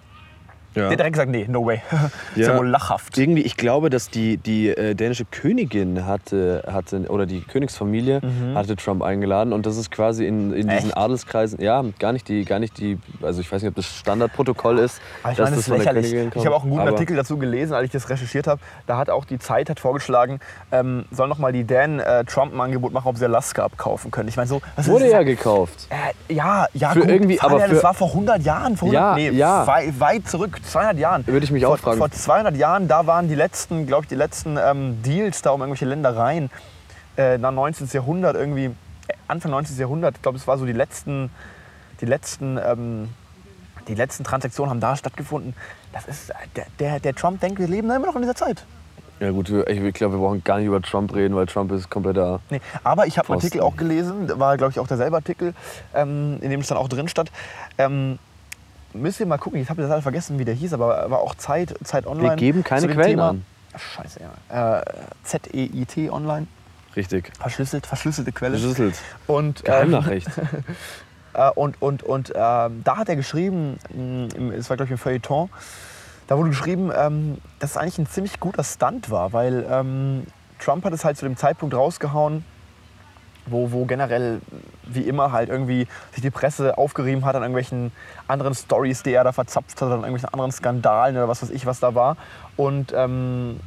A: ja.
B: Die hat direkt gesagt, nee, no way. Ist ja
A: Ja.
B: wohl lachhaft.
A: Irgendwie, ich glaube, dass die, die äh, dänische Königin hatte, hatte, oder die Königsfamilie hatte Trump eingeladen und das ist quasi in, in diesen
B: Mhm. Echt?
A: Adelskreisen, ja, gar nicht die, gar nicht die, also ich weiß nicht, ob das Standardprotokoll ist,
B: Aber ich meine, das ist lächerlich. Ich habe auch einen guten
A: aber-
B: Artikel dazu gelesen, als ich das recherchiert habe. Da hat auch die Zeit hat vorgeschlagen, ähm, soll noch mal die Dänen äh, Trump ein Angebot machen, ob sie Alaska abkaufen können. Ich meine, so. Was
A: Wurde
B: ist
A: ja gekauft.
B: Äh, ja, ja,
A: Für
B: gut,
A: irgendwie- aber
B: Fabian, das
A: für-
B: war vor 100 Jahren, vor 100,
A: Ja,
B: nee,
A: ja.
B: Wei, weit zurück, 200 Jahren.
A: Würde ich mich
B: vor,
A: auch fragen.
B: Vor 200 Jahren, da waren die letzten, glaube ich, die letzten ähm, Deals da um irgendwelche Ländereien äh, nach 19. Jahrhundert irgendwie, äh, Anfang 19. Jahrhundert, ich glaube, es war so die letzten, die letzten, ähm, die letzten Transaktionen haben da stattgefunden. Das ist, äh, der, der, der Trump denkt, wir leben da immer noch in dieser Zeit.
A: Ja gut, wir- ich glaube, wir brauchen gar nicht über Trump reden, weil Trump ist kompletter...
B: Nee, aber ich habe einen
A: Pfosten.
B: Artikel auch gelesen, da war glaube ich auch derselbe Artikel, ähm, in dem es dann auch drin stand. Ähm, müsst ihr mal gucken, ich habe das leider vergessen, wie der hieß, aber war auch Zeit, Zeit Online.
A: geben keine
B: zu dem
A: Quellen
B: Thema.
A: an.
B: Ach, Scheiße, ja. Äh, ZEIT Online, Ähm.
A: Richtig.
B: verschlüsselt, verschlüsselte Quelle.
A: Verschlüsselt.
B: Und, ähm,
A: Geheimnachricht.
B: äh, und, und, und ähm, da hat er geschrieben, mh, im- es war glaube ich im Feuilleton, da wurde geschrieben, ähm, dass es eigentlich ein ziemlich guter Stunt war, weil ähm, Trump hat es halt zu dem Zeitpunkt rausgehauen, wo, wo generell wie immer halt irgendwie sich die Presse aufgerieben hat an irgendwelchen anderen Stories, die er da verzapft hat, an irgendwelchen anderen Skandalen oder was weiß ich, was da war. Und, ähm,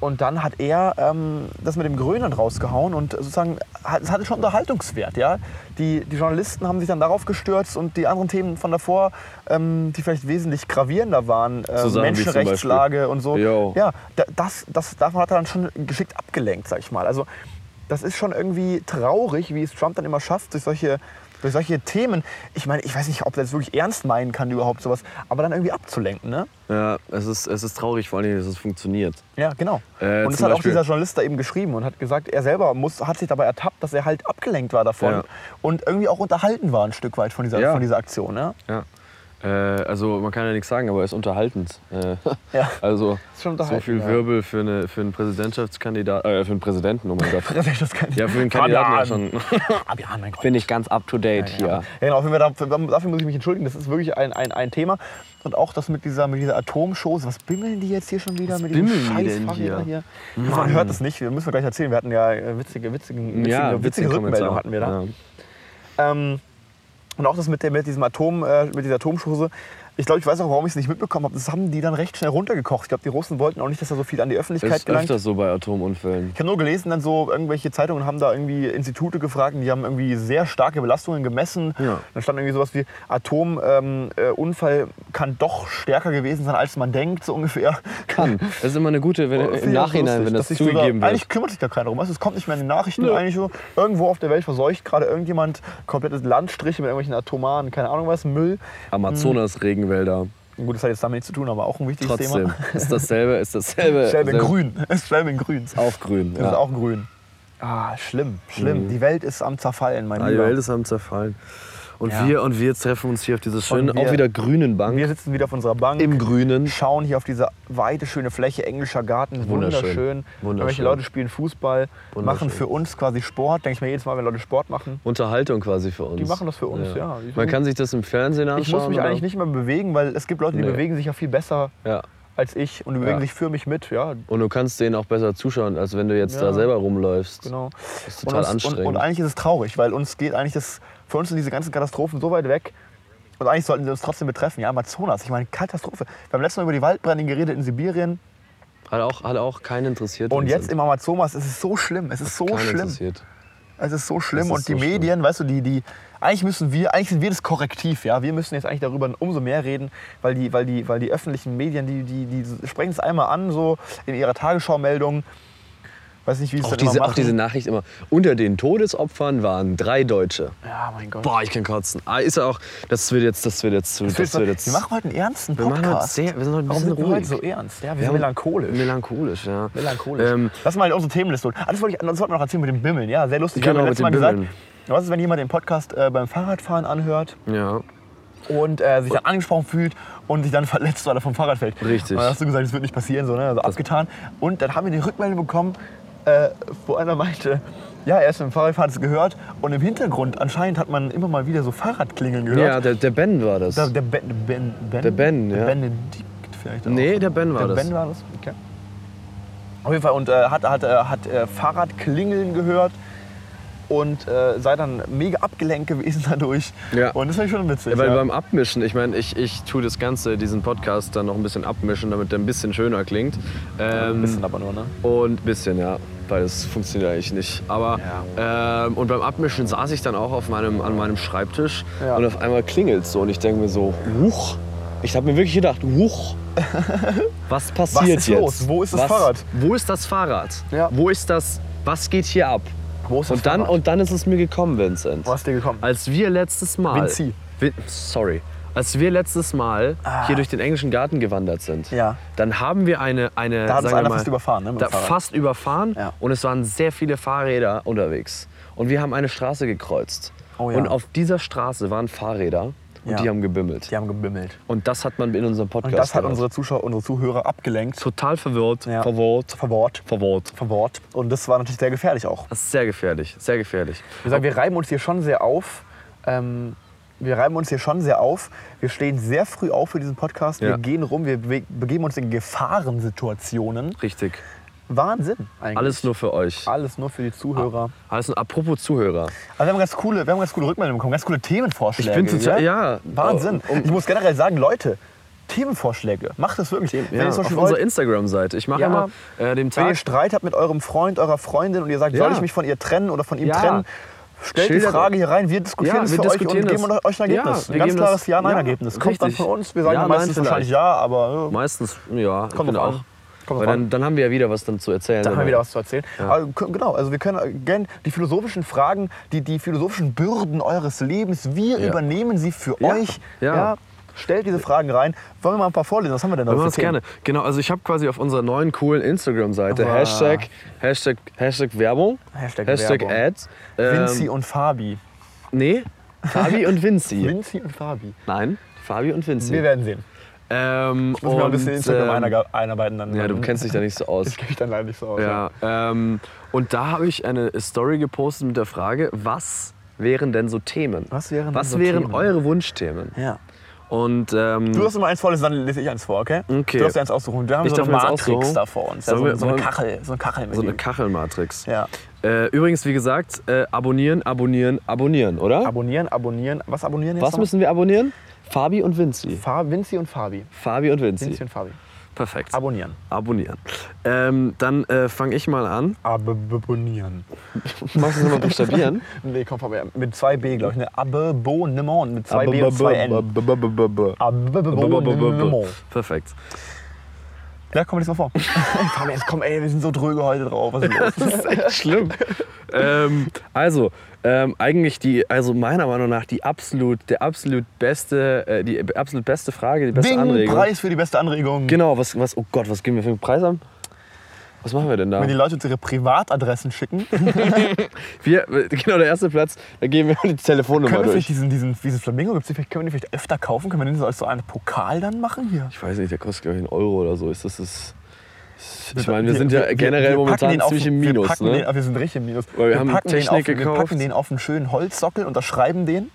B: und dann hat er ähm, das mit dem Grönland rausgehauen und sozusagen, hat- es hatte schon Unterhaltungswert, ja. Die, die Journalisten haben sich dann darauf gestürzt und die anderen Themen von davor, ähm, die vielleicht wesentlich gravierender waren, äh,
A: So Sachen wie zum Beispiel.
B: Menschenrechtslage und so,
A: Jo.
B: ja, da- das, das, davon hat er dann schon geschickt abgelenkt, sag ich mal. Also das ist schon irgendwie traurig, wie es Trump dann immer schafft, durch solche, durch solche Themen, ich meine, ich weiß nicht, ob er das wirklich ernst meinen kann, überhaupt sowas, aber dann irgendwie abzulenken, ne?
A: ja, es ist, es ist traurig, vor allem, dass es funktioniert.
B: Ja, genau.
A: Äh,
B: und es
A: zum
B: hat auch
A: Beispiel-
B: dieser Journalist da eben geschrieben und hat gesagt, er selber muss, hat sich dabei ertappt, dass er halt abgelenkt war davon
A: Ja.
B: und irgendwie auch unterhalten war ein Stück weit von dieser,
A: Ja.
B: von dieser Aktion, ne?
A: Ja. Äh, also man kann ja nichts sagen, aber es ist unterhaltend. Äh,
B: Ja.
A: Also
B: Ist schon
A: so
B: unterhaltend,
A: viel
B: ja.
A: Wirbel für, eine, für einen Präsidentschaftskandidat, äh, für einen Präsidenten, oh mein Gott.
B: Das kann
A: Ja, für den Kandidaten ja schon.
B: Fabian, mein Gott.
A: Bin ich ganz up to date
B: Ja, ja genau, auf jeden Fall, dafür, dafür muss ich mich entschuldigen. Das ist wirklich ein, ein, ein Thema. Und auch das mit dieser, mit dieser Atomshow. Was bimmeln die jetzt hier schon wieder mit diesem
A: bimmeln die
B: scheiß
A: denn
B: Fahrrädern
A: hier?
B: Man hört es nicht. Wir müssen wir gleich erzählen. Wir hatten ja äh, witzige, witzige, witzige,
A: Ja,
B: witzige
A: witzige
B: Rückmeldung
A: Kommentare.
B: hatten wir da.
A: Ja.
B: Ähm, und auch das mit, der, mit, diesem Atom, äh, mit dieser Atomschose. Ich glaube, ich weiß auch, warum ich es nicht mitbekommen habe. Das haben die dann recht schnell runtergekocht. Ich glaube, die Russen wollten auch nicht, dass da so viel an die Öffentlichkeit
A: Ist
B: gelangt.
A: öfters so bei Atomunfällen.
B: Ich habe nur gelesen, dann so irgendwelche Zeitungen haben da irgendwie Institute gefragt und die haben irgendwie sehr starke Belastungen gemessen.
A: Ja.
B: Dann stand irgendwie sowas wie Atomunfall ähm, äh, Unfall kann doch stärker gewesen sein, als man denkt, so ungefähr.
A: Kann. Das ist immer eine gute, wenn,
B: Finde
A: Äh,
B: ich
A: im
B: auch
A: Nachhinein,
B: Oh, lustig,
A: wenn das
B: dass sich sogar-
A: zugegeben wird.
B: Eigentlich kümmert sich da keiner drum. Also, es kommt nicht mehr in die Nachrichten.
A: Nö.
B: Eigentlich so, irgendwo auf der Welt verseucht gerade irgendjemand komplette Landstriche mit irgendwelchen Atomaren, keine Ahnung was, Müll.
A: Amazonas, Regenwälder.
B: Gut, das hat jetzt damit nichts zu tun, aber auch ein wichtiges
A: Trotzdem.
B: Thema.
A: Ist dasselbe, ist dasselbe.
B: Schwäbing
A: dasselbe-
B: grün. Es ist Schwäbing grün.
A: Auch grün.
B: Das
A: ja. Mhm.
B: ist auch grün. Ah, schlimm, schlimm. Die Welt ist am Zerfallen, mein
A: Die
B: Lieber.
A: Welt ist am Zerfallen. Und,
B: Ja.
A: wir, und wir treffen uns hier auf dieser schönen,
B: Und wir-
A: auch wieder grünen
B: Und
A: Bank.
B: Wir sitzen wieder auf unserer Bank,
A: Im Grünen.
B: schauen hier auf diese weite, schöne Fläche, englischer Garten,
A: Wunderschön.
B: wunderschön.
A: Wunderschön.
B: Welche Leute spielen Fußball, machen
A: Wunderschön.
B: für uns quasi Sport. Denke ich mir jedes Mal, wenn Leute Sport machen.
A: Unterhaltung quasi für uns.
B: Die machen das für uns, ja. Die
A: Man
B: sind-
A: kann sich das im Fernsehen anschauen.
B: Ich muss mich
A: oder-
B: eigentlich nicht mehr bewegen, weil es gibt Leute, die
A: Nee.
B: bewegen sich ja viel besser
A: Ja.
B: als ich und die bewegen
A: Ja.
B: sich für mich mit. Ja,
A: Und du kannst denen auch besser zuschauen, als wenn du jetzt
B: Ja.
A: da selber rumläufst.
B: genau.
A: Das ist total
B: und, uns, und,
A: anstrengend.
B: und eigentlich ist es traurig, weil uns geht eigentlich das, für uns sind diese ganzen Katastrophen so weit weg. Und eigentlich sollten sie uns trotzdem betreffen. Ja, Amazonas, ich meine, Katastrophe. Wir haben letztes Mal über die Waldbrände geredet in Sibirien.
A: hat, auch, hat auch keinen interessiert.
B: Und jetzt
A: Vincent.
B: im Amazonas ist es so schlimm. Es ist so
A: Keinen
B: schlimm.
A: interessiert.
B: Es ist so schlimm.
A: Es ist
B: und die
A: so schlimm.
B: Medien, weißt du, die, die. Eigentlich müssen wir, eigentlich sind wir das Korrektiv, ja. Wir müssen jetzt eigentlich darüber umso mehr reden, weil die, weil die, weil die öffentlichen Medien, die, die, die sprechen es einmal an, so in ihrer Tagesschau-Meldung. Weiß nicht, wie sie es
A: Auch
B: dann
A: diese,
B: immer
A: auch
B: machen.
A: diese Nachricht immer. Unter den Todesopfern waren drei Deutsche.
B: ja, mein Gott.
A: Boah, ich kann kotzen. Ah, ist ja auch. Das wird jetzt, das wird jetzt zu. Das
B: wir,
A: wird jetzt,
B: machen heute einen ernsten
A: wir machen
B: Podcast.
A: heute sehr, wir sind heute ein
B: Warum
A: bisschen
B: sind wir heute
A: ruhig.
B: so ernst? Ja, wir,
A: Wir
B: sind
A: haben-
B: melancholisch.
A: Melancholisch, ja.
B: Melancholisch.
A: Ähm,
B: Lass mal unsere Themenliste holen. Ah, Das wollte ich das wollten wir noch erzählen mit dem Bimmeln. Ja, sehr lustig.
A: Genau,
B: wir haben
A: mit
B: letztes
A: dem
B: Mal gesagt,
A: Bimmeln.
B: was ist, wenn jemand den Podcast äh, beim Fahrradfahren anhört
A: ja.
B: und äh, sich dann angesprochen fühlt und sich dann verletzt, weil er vom Fahrrad fällt.
A: Richtig.
B: Und dann hast du gesagt, das wird nicht passieren, so, ne? also abgetan. Und dann haben wir die Rückmeldung bekommen, äh, wo einer meinte, ja, er ist mit dem Fahrrad hat es gehört und im Hintergrund anscheinend hat man immer mal wieder so Fahrradklingeln gehört.
A: Ja, der, der Ben war das.
B: Da, der Ben, der ben, ben,
A: Der Ben,
B: der
A: ja.
B: Benedikt vielleicht auch.
A: Nee, der Ben war
B: der
A: das.
B: Ben war das, okay. Auf jeden Fall, und äh, hat, hat, äh, hat äh, Fahrradklingeln gehört und äh, sei dann mega abgelenkt gewesen dadurch.
A: Ja.
B: Und das fand ich schon witzig.
A: Ja, weil
B: ja.
A: beim Abmischen, ich meine, ich, ich tue das Ganze, diesen Podcast dann noch ein bisschen abmischen, damit der ein bisschen schöner klingt.
B: ein
A: Ähm,
B: bisschen aber nur, ne?
A: Und ein bisschen, ja. Weil es funktioniert eigentlich nicht. Aber ähm, und beim Abmischen saß ich dann auch auf meinem, an meinem Schreibtisch
B: Ja.
A: und auf einmal klingelt so und ich denke mir so, huch. Ich habe mir wirklich gedacht, huch. Was passiert
B: ist
A: jetzt?
B: los? Wo ist das
A: was,
B: Fahrrad?
A: Wo ist das Fahrrad?
B: Ja.
A: Wo ist das? Was geht hier ab?
B: Wo ist das
A: und dann
B: Fahrrad?
A: und dann ist es mir gekommen, Vincent.
B: Wo hast du dir gekommen?
A: Als wir letztes Mal.
B: Vinci. Ah.
A: Vin, sorry. Als wir letztes Mal hier durch den englischen Garten gewandert sind,
B: Ja.
A: dann haben wir eine. eine
B: Da hat uns
A: sagen wir
B: einer
A: mal,
B: fast überfahren, ne, mit
A: Da,
B: dem Fahrrad.
A: fast überfahren
B: Ja.
A: und es waren sehr viele Fahrräder unterwegs. Und wir haben eine Straße gekreuzt.
B: Oh ja.
A: Und auf dieser Straße waren Fahrräder und
B: Ja.
A: die haben gebimmelt.
B: Die haben gebimmelt.
A: Und das hat man in unserem Podcast
B: Und das hat
A: gehört.
B: unsere Zuschauer, unsere Zuhörer abgelenkt.
A: total verwirrt,
B: Ja.
A: verwirrt,
B: Verwort.
A: verwirrt.
B: Verwort. Und das war natürlich sehr gefährlich auch.
A: Das ist sehr gefährlich, sehr gefährlich.
B: Wir sagen, wir reiben uns hier schon sehr auf. Ähm, wir reiben uns hier schon sehr auf. Wir stehen sehr früh auf für diesen Podcast. Wir
A: Ja.
B: gehen rum, wir be- begeben uns in Gefahrensituationen.
A: Richtig.
B: Wahnsinn eigentlich.
A: Alles nur für euch.
B: Alles nur für die Zuhörer.
A: Also apropos Zuhörer.
B: Aber wir haben ganz coole, wir haben ganz coole Rückmeldungen bekommen, ganz coole Themenvorschläge.
A: Ich bin total-
B: ja.
A: ja.
B: Wahnsinn.
A: Oh, um-
B: ich muss generell sagen, Leute, Themenvorschläge, macht das wirklich. Wenn
A: Ja,
B: ihr
A: auf
B: zum Beispiel
A: unserer
B: wollt,
A: Instagram-Seite. Ich mache
B: Ja.
A: immer äh, dem
B: wenn ihr
A: Tag.
B: Streit habt mit eurem Freund, eurer Freundin und ihr sagt, soll
A: Ja.
B: ich mich von ihr trennen oder von ihm
A: Ja.
B: trennen, stellt
A: Schildert-
B: die Frage hier rein, wir diskutieren
A: Ja,
B: es
A: wir
B: für
A: diskutieren
B: euch und
A: das.
B: geben euch ein
A: Ja,
B: Ergebnis.
A: wir
B: ein ganz
A: geben
B: klares
A: das-
B: Ja-Nein-Ergebnis.
A: ja,
B: Kommt dann
A: richtig.
B: von uns, wir sagen
A: Ja,
B: dann meistens
A: nein,
B: wahrscheinlich ja, aber äh, ja,
A: Meistens, ja, ich
B: Kommt
A: bin
B: drauf
A: auch.
B: an. Kommt
A: Weil
B: drauf
A: dann,
B: an.
A: dann haben wir ja wieder was dann zu erzählen.
B: da haben wir
A: dabei.
B: wieder was zu erzählen. Aber wir können- genau, also wir können gerne die philosophischen Fragen, die, die philosophischen Bürden eures Lebens, wir
A: Ja.
B: übernehmen sie für
A: Ja.
B: euch.
A: Ja.
B: Stellt diese Fragen rein. Wollen wir mal ein paar vorlesen? Was haben wir denn da
A: Wir machen
B: für
A: es
B: Themen?
A: gerne. Genau, also ich habe quasi auf unserer neuen coolen Instagram-Seite
B: Wow.
A: Hashtag, Hashtag, Hashtag Werbung,
B: Hashtag Werbung.
A: Ads. Ähm,
B: Vinci und Fabi.
A: Nee, Fabi und Vinci.
B: Vinci und Fabi.
A: Nein, Fabi und
B: Wir
A: Vinci.
B: werden sehen.
A: Ähm,
B: Muss mir mal ein bisschen
A: und,
B: Instagram
A: ähm,
B: ähm, einarbeiten. Dann
A: Ja, du kennst dich da nicht so aus.
B: Das gebe ich dann leider nicht so aus.
A: Ja, ähm, und da habe ich eine Story gepostet mit der Frage, was wären denn so Themen?
B: Was wären denn so
A: wären
B: Themen?
A: eure Wunschthemen?
B: ja.
A: Und ähm,
B: Du hast immer eins vorlesen, dann lese ich eins vor, okay?
A: Okay.
B: Du darfst dir eins aussuchen. Wir haben
A: Ich
B: so
A: darf
B: eine
A: mir eins
B: Matrix
A: aussuchen?
B: da vor uns. Ja,
A: Sollen
B: so,
A: wir-
B: so eine
A: wollen wir-
B: Kachel. So eine Kachel mit
A: so eine
B: ihm.
A: Kachelmatrix.
B: Ja.
A: Äh, übrigens, wie gesagt, äh, abonnieren, abonnieren, abonnieren, oder?
B: Abonnieren, abonnieren. Was abonnieren jetzt?
A: Was
B: nochmal?
A: müssen wir abonnieren? Fabi und Vinci.
B: Fa Vinci und Fabi.
A: Fabi und Vinci.
B: Vinci und Fabi.
A: Perfekt.
B: Abonnieren.
A: abonnieren. Ähm, dann äh, fange ich mal an.
B: Ab abonnieren.
A: Magst du es nochmal buchstabieren?
B: Nee, komm, Fabi. Mit zwei B, glaube ich. Ne? Abonnement. Mit zwei B und zwei N.
A: N.
B: Abonnement.
A: Perfekt.
B: Ja, komm, lies mal vor. Fabi, jetzt komm, ey, wir sind so dröge heute drauf. Was ist los?
A: Das ist echt schlimm. ähm, also, ähm, eigentlich die, also meiner Meinung nach die absolut, der absolut beste, äh, die absolut beste Frage, die beste
B: Ding,
A: Anregung.
B: Preis für die beste Anregung.
A: Genau, was, was, oh Gott, was geben wir für einen Preis an? Was machen wir denn da?
B: Wenn die Leute uns ihre Privatadressen schicken,
A: Wir, genau, der erste Platz, da gehen wir die Telefonnummer
B: können wir vielleicht
A: durch.
B: diesen, diesen, diesen Flamingo, gibt's den vielleicht, können wir den vielleicht öfter kaufen? Können wir den so als so einen Pokal dann machen hier?
A: Ich weiß nicht, der kostet, glaube ich, einen Euro oder so. Ist das das? Ich meine, wir
B: Wir-
A: sind ja
B: wir-
A: generell
B: wir packen
A: momentan
B: den auf-
A: ziemlich im
B: Wir,
A: Minus.
B: packen
A: Ne?
B: den, ah, wir sind richtig im Minus.
A: Weil wir haben
B: packen den auf,
A: Technik
B: wir packen
A: gekauft.
B: den auf einen schönen Holzsockel, unterschreiben den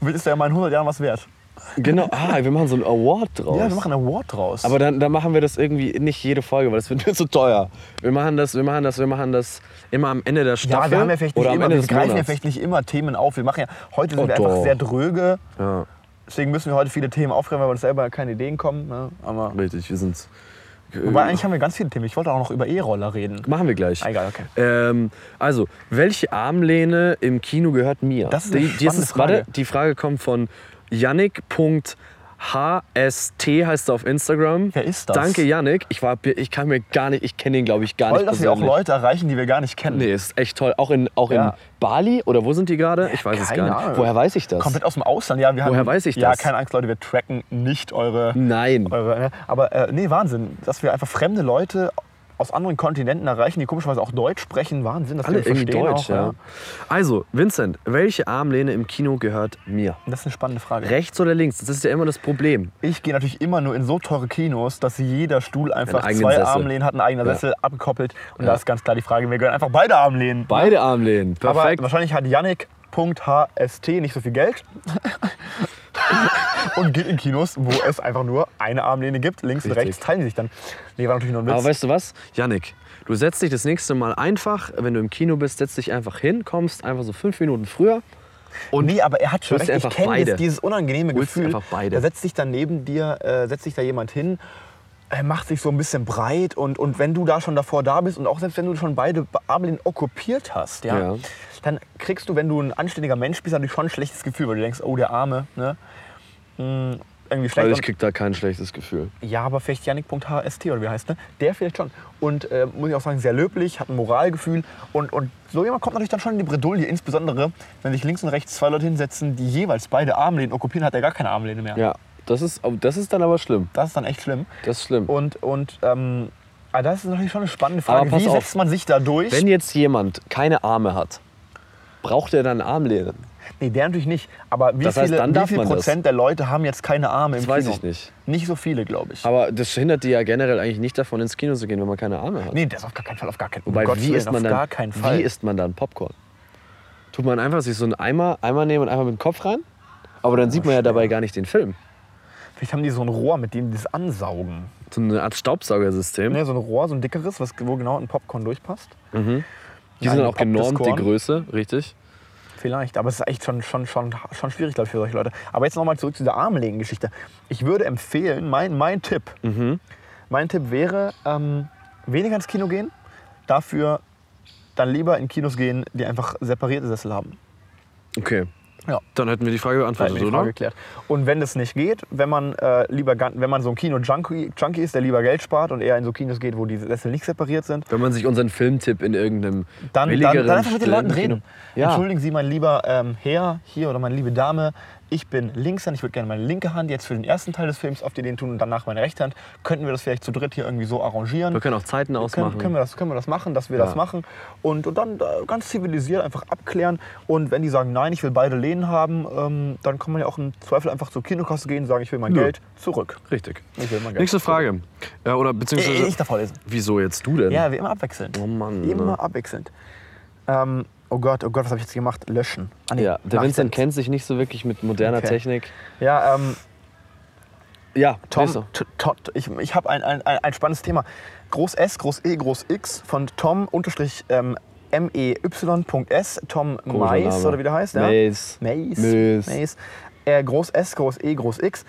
B: und wird es ja mal in 100 Jahren was wert.
A: Genau, ah, wir machen so einen Award draus.
B: Ja, wir machen einen Award draus.
A: aber dann, dann machen wir das irgendwie nicht jede Folge, weil das wird mir zu teuer. Wir machen das, wir machen das, wir machen das immer am Ende der
B: ja,
A: Staffel
B: wir, haben ja vielleicht nicht
A: oder am
B: immer,
A: Ende
B: wir
A: des
B: greifen ja
A: Monats.
B: vielleicht nicht immer Themen auf. Wir machen ja, heute sind
A: Oh,
B: wir einfach
A: doch.
B: sehr dröge.
A: ja,
B: Deswegen müssen wir heute viele Themen aufgreifen, weil wir uns selber keine Ideen kommen. Ne? Aber,
A: richtig, wir sind. Äh,
B: wobei eigentlich haben wir ganz viele Themen. Ich wollte auch noch über E-Roller reden.
A: Machen wir gleich.
B: Ah, egal, okay.
A: Ähm, also, welche Armlehne im Kino gehört mir?
B: Das ist eine
A: die,
B: spannende Frage.
A: Warte, die Frage kommt von Yannick.hst heißt er auf Instagram.
B: Wer ist das?
A: Danke, Yannick. Ich, war, ich kann mir gar nicht, ich kenne ihn, glaube ich, gar
B: Toll,
A: nicht
B: dass wir auch
A: persönlich.
B: Leute erreichen, die wir gar nicht kennen.
A: Nee, ist echt toll. Auch in, auch in
B: Ja.
A: Bali oder wo sind die gerade? Ich weiß es
B: keine
A: gar nicht.
B: Ahnung.
A: Woher weiß ich das?
B: Komplett aus dem Ausland, ja. Wir haben,
A: Woher weiß ich
B: Ja,
A: das?
B: keine Angst, Leute, wir tracken nicht eure.
A: Nein.
B: eure ne? Aber äh, nee, Wahnsinn, dass wir einfach fremde Leute aus anderen Kontinenten erreichen, die komischerweise auch Deutsch sprechen. Wahnsinn, dass die
A: Alle
B: uns
A: irgendwie
B: verstehen
A: deutsch,
B: auch,
A: ja. Also, Vincent, welche Armlehne im Kino gehört mir?
B: Das ist eine spannende Frage.
A: Rechts oder links? Das ist ja immer das Problem.
B: Ich gehe natürlich immer nur in so teure Kinos, dass jeder Stuhl einfach
A: eigenen
B: zwei
A: Sessel.
B: Armlehnen hat, ein eigener
A: Ja.
B: Sessel abgekoppelt. Und da ist ganz klar die Frage, wir gehören einfach beide Armlehnen.
A: Beide Armlehnen.
B: Aber
A: Perfekt.
B: wahrscheinlich hat Yannick.hst nicht so viel Geld und geht in Kinos, wo es einfach nur eine Armlehne gibt. Links und
A: Richtig.
B: rechts teilen die sich dann. Nee, war natürlich nur ein
A: Aber
B: Witz.
A: weißt du was, Yannick, du setzt dich das nächste Mal einfach, wenn du im Kino bist, setzt dich einfach hin, kommst einfach so fünf Minuten früher.
B: Und Oh, nee, aber er hat schon
A: Holst
B: recht.
A: du
B: Ich
A: einfach
B: kenne
A: beide.
B: das- dieses unangenehme
A: Holst du
B: Gefühl.
A: einfach beide.
B: Da setzt sich dann neben dir, äh, setzt sich da jemand hin, er macht sich so ein bisschen breit und, und wenn du da schon davor da bist und auch selbst wenn du schon beide Armlehnen okkupiert hast, ja,
A: Ja.
B: dann kriegst du, wenn du ein anständiger Mensch bist, natürlich schon ein schlechtes Gefühl, weil du denkst, oh, der Arme, ne? Hm, irgendwie schlecht.
A: Also
B: Und-
A: ich krieg da kein schlechtes Gefühl.
B: ja, aber vielleicht Janik.hst oder wie heißt, ne? Der vielleicht schon. Und äh, muss ich auch sagen, sehr löblich, hat ein Moralgefühl. Und, und so jemand kommt natürlich dann schon in die Bredouille, insbesondere wenn sich links und rechts zwei Leute hinsetzen, die jeweils beide Armlehnen okkupieren, hat er gar keine Armlehne mehr.
A: Ja, das ist, aber das ist dann aber schlimm.
B: Das ist dann echt schlimm.
A: Das ist schlimm.
B: Und, und ähm, aber das ist natürlich schon eine spannende
A: Aber
B: Frage.
A: pass
B: Wie
A: auf.
B: setzt man sich da durch?
A: Wenn jetzt jemand keine Arme hat, braucht er dann Armlehnen?
B: nee, der natürlich nicht. Aber wie
A: Das heißt,
B: viele,
A: dann
B: wie
A: darf
B: viel
A: man das.
B: Prozent der Leute haben jetzt keine Arme im
A: Das weiß
B: Kino?
A: ich nicht.
B: Nicht so viele, glaube ich.
A: Aber das hindert die ja generell eigentlich nicht davon, ins Kino zu gehen, wenn man keine Arme hat.
B: nee, das auf gar keinen Fall, auf gar keinen um
A: Wobei,
B: Gottes
A: wie
B: Willen,
A: isst man
B: auf
A: dann,
B: gar keinen Fall.
A: wie isst man dann Popcorn? Tut man einfach sich so einen Eimer, Eimer nehmen und einfach mit dem Kopf rein? Aber dann sieht man ja dabei gar nicht den Film.
B: Vielleicht haben die so ein Rohr, mit dem die das ansaugen.
A: So eine Art Staubsaugersystem.
B: Ne, so ein Rohr, so ein dickeres, was, wo genau ein Popcorn durchpasst.
A: Die sind
B: Nein,
A: dann auch genormt, die
B: Popcorn.
A: Größe, richtig?
B: Vielleicht, aber es ist echt schon, schon, schon, schon schwierig, glaube ich, für solche Leute. Aber jetzt nochmal zurück zu dieser Armlegen-Geschichte. Ich würde empfehlen, mein, mein Tipp, mein Tipp wäre, ähm, weniger ins Kino gehen, dafür dann lieber in Kinos gehen, die einfach separierte Sessel haben.
A: Okay.
B: Ja.
A: Dann hätten wir die Frage
B: Da hat mir
A: beantwortet,
B: die Frage
A: oder?
B: geklärt. Und wenn das nicht geht, wenn man, äh, lieber, gan- wenn man so ein Kino-Junkie Junkie ist, der lieber Geld spart und eher in so Kinos geht, wo die Sessel nicht separiert sind,
A: Wenn man sich unseren Filmtipp in irgendeinem
B: dann, dann,
A: billigeren
B: dann einfach mit den Leuten reden.
A: Ja.
B: Entschuldigen Sie, mein lieber ähm, Herr hier oder meine liebe Dame, ich bin Linkshand, ich würde gerne meine linke Hand jetzt für den ersten Teil des Films auf die den tun und danach meine rechte Hand. Könnten wir das vielleicht zu dritt hier irgendwie so arrangieren?
A: Wir können auch Zeiten ausmachen.
B: Können, können, wir das, können wir das machen, dass wir das machen? Und, und dann äh, ganz zivilisiert einfach abklären. Und wenn die sagen, nein, ich will beide Lehnen haben, ähm, dann kann man ja auch im Zweifel einfach zur Kinokasse gehen und sagen, ich will mein
A: Nö.
B: Geld zurück.
A: Richtig.
B: Ich will mein Geld Äh,
A: Nächste Frage. Ja, oder beziehungsweise.
B: Ich, ich darf vorlesen.
A: Wieso jetzt du denn?
B: Ja, wir immer abwechselnd.
A: Oh Mann,
B: Immer
A: ne.
B: abwechselnd. Ähm, oh Gott, oh Gott, was habe ich jetzt gemacht? Löschen. Ah, nee,
A: Ja, der
B: mach ich
A: Vincent
B: selbst.
A: kennt sich nicht so wirklich mit moderner
B: Okay.
A: Technik.
B: Ja, ähm,
A: Ja,
B: Tom,
A: nächster.
B: T- Todd, ich, ich habe ein, ein, ein ein spannendes Thema. Groß S, Groß E, Groß X von Tom unterstrich ähm, M-E-Y.S, Tom
A: Komischer
B: Mais
A: Name.
B: oder wie der heißt.
A: Mais.
B: Ja? Mais.
A: Mais.
B: Mais. Äh, Groß S, Groß E, Groß X.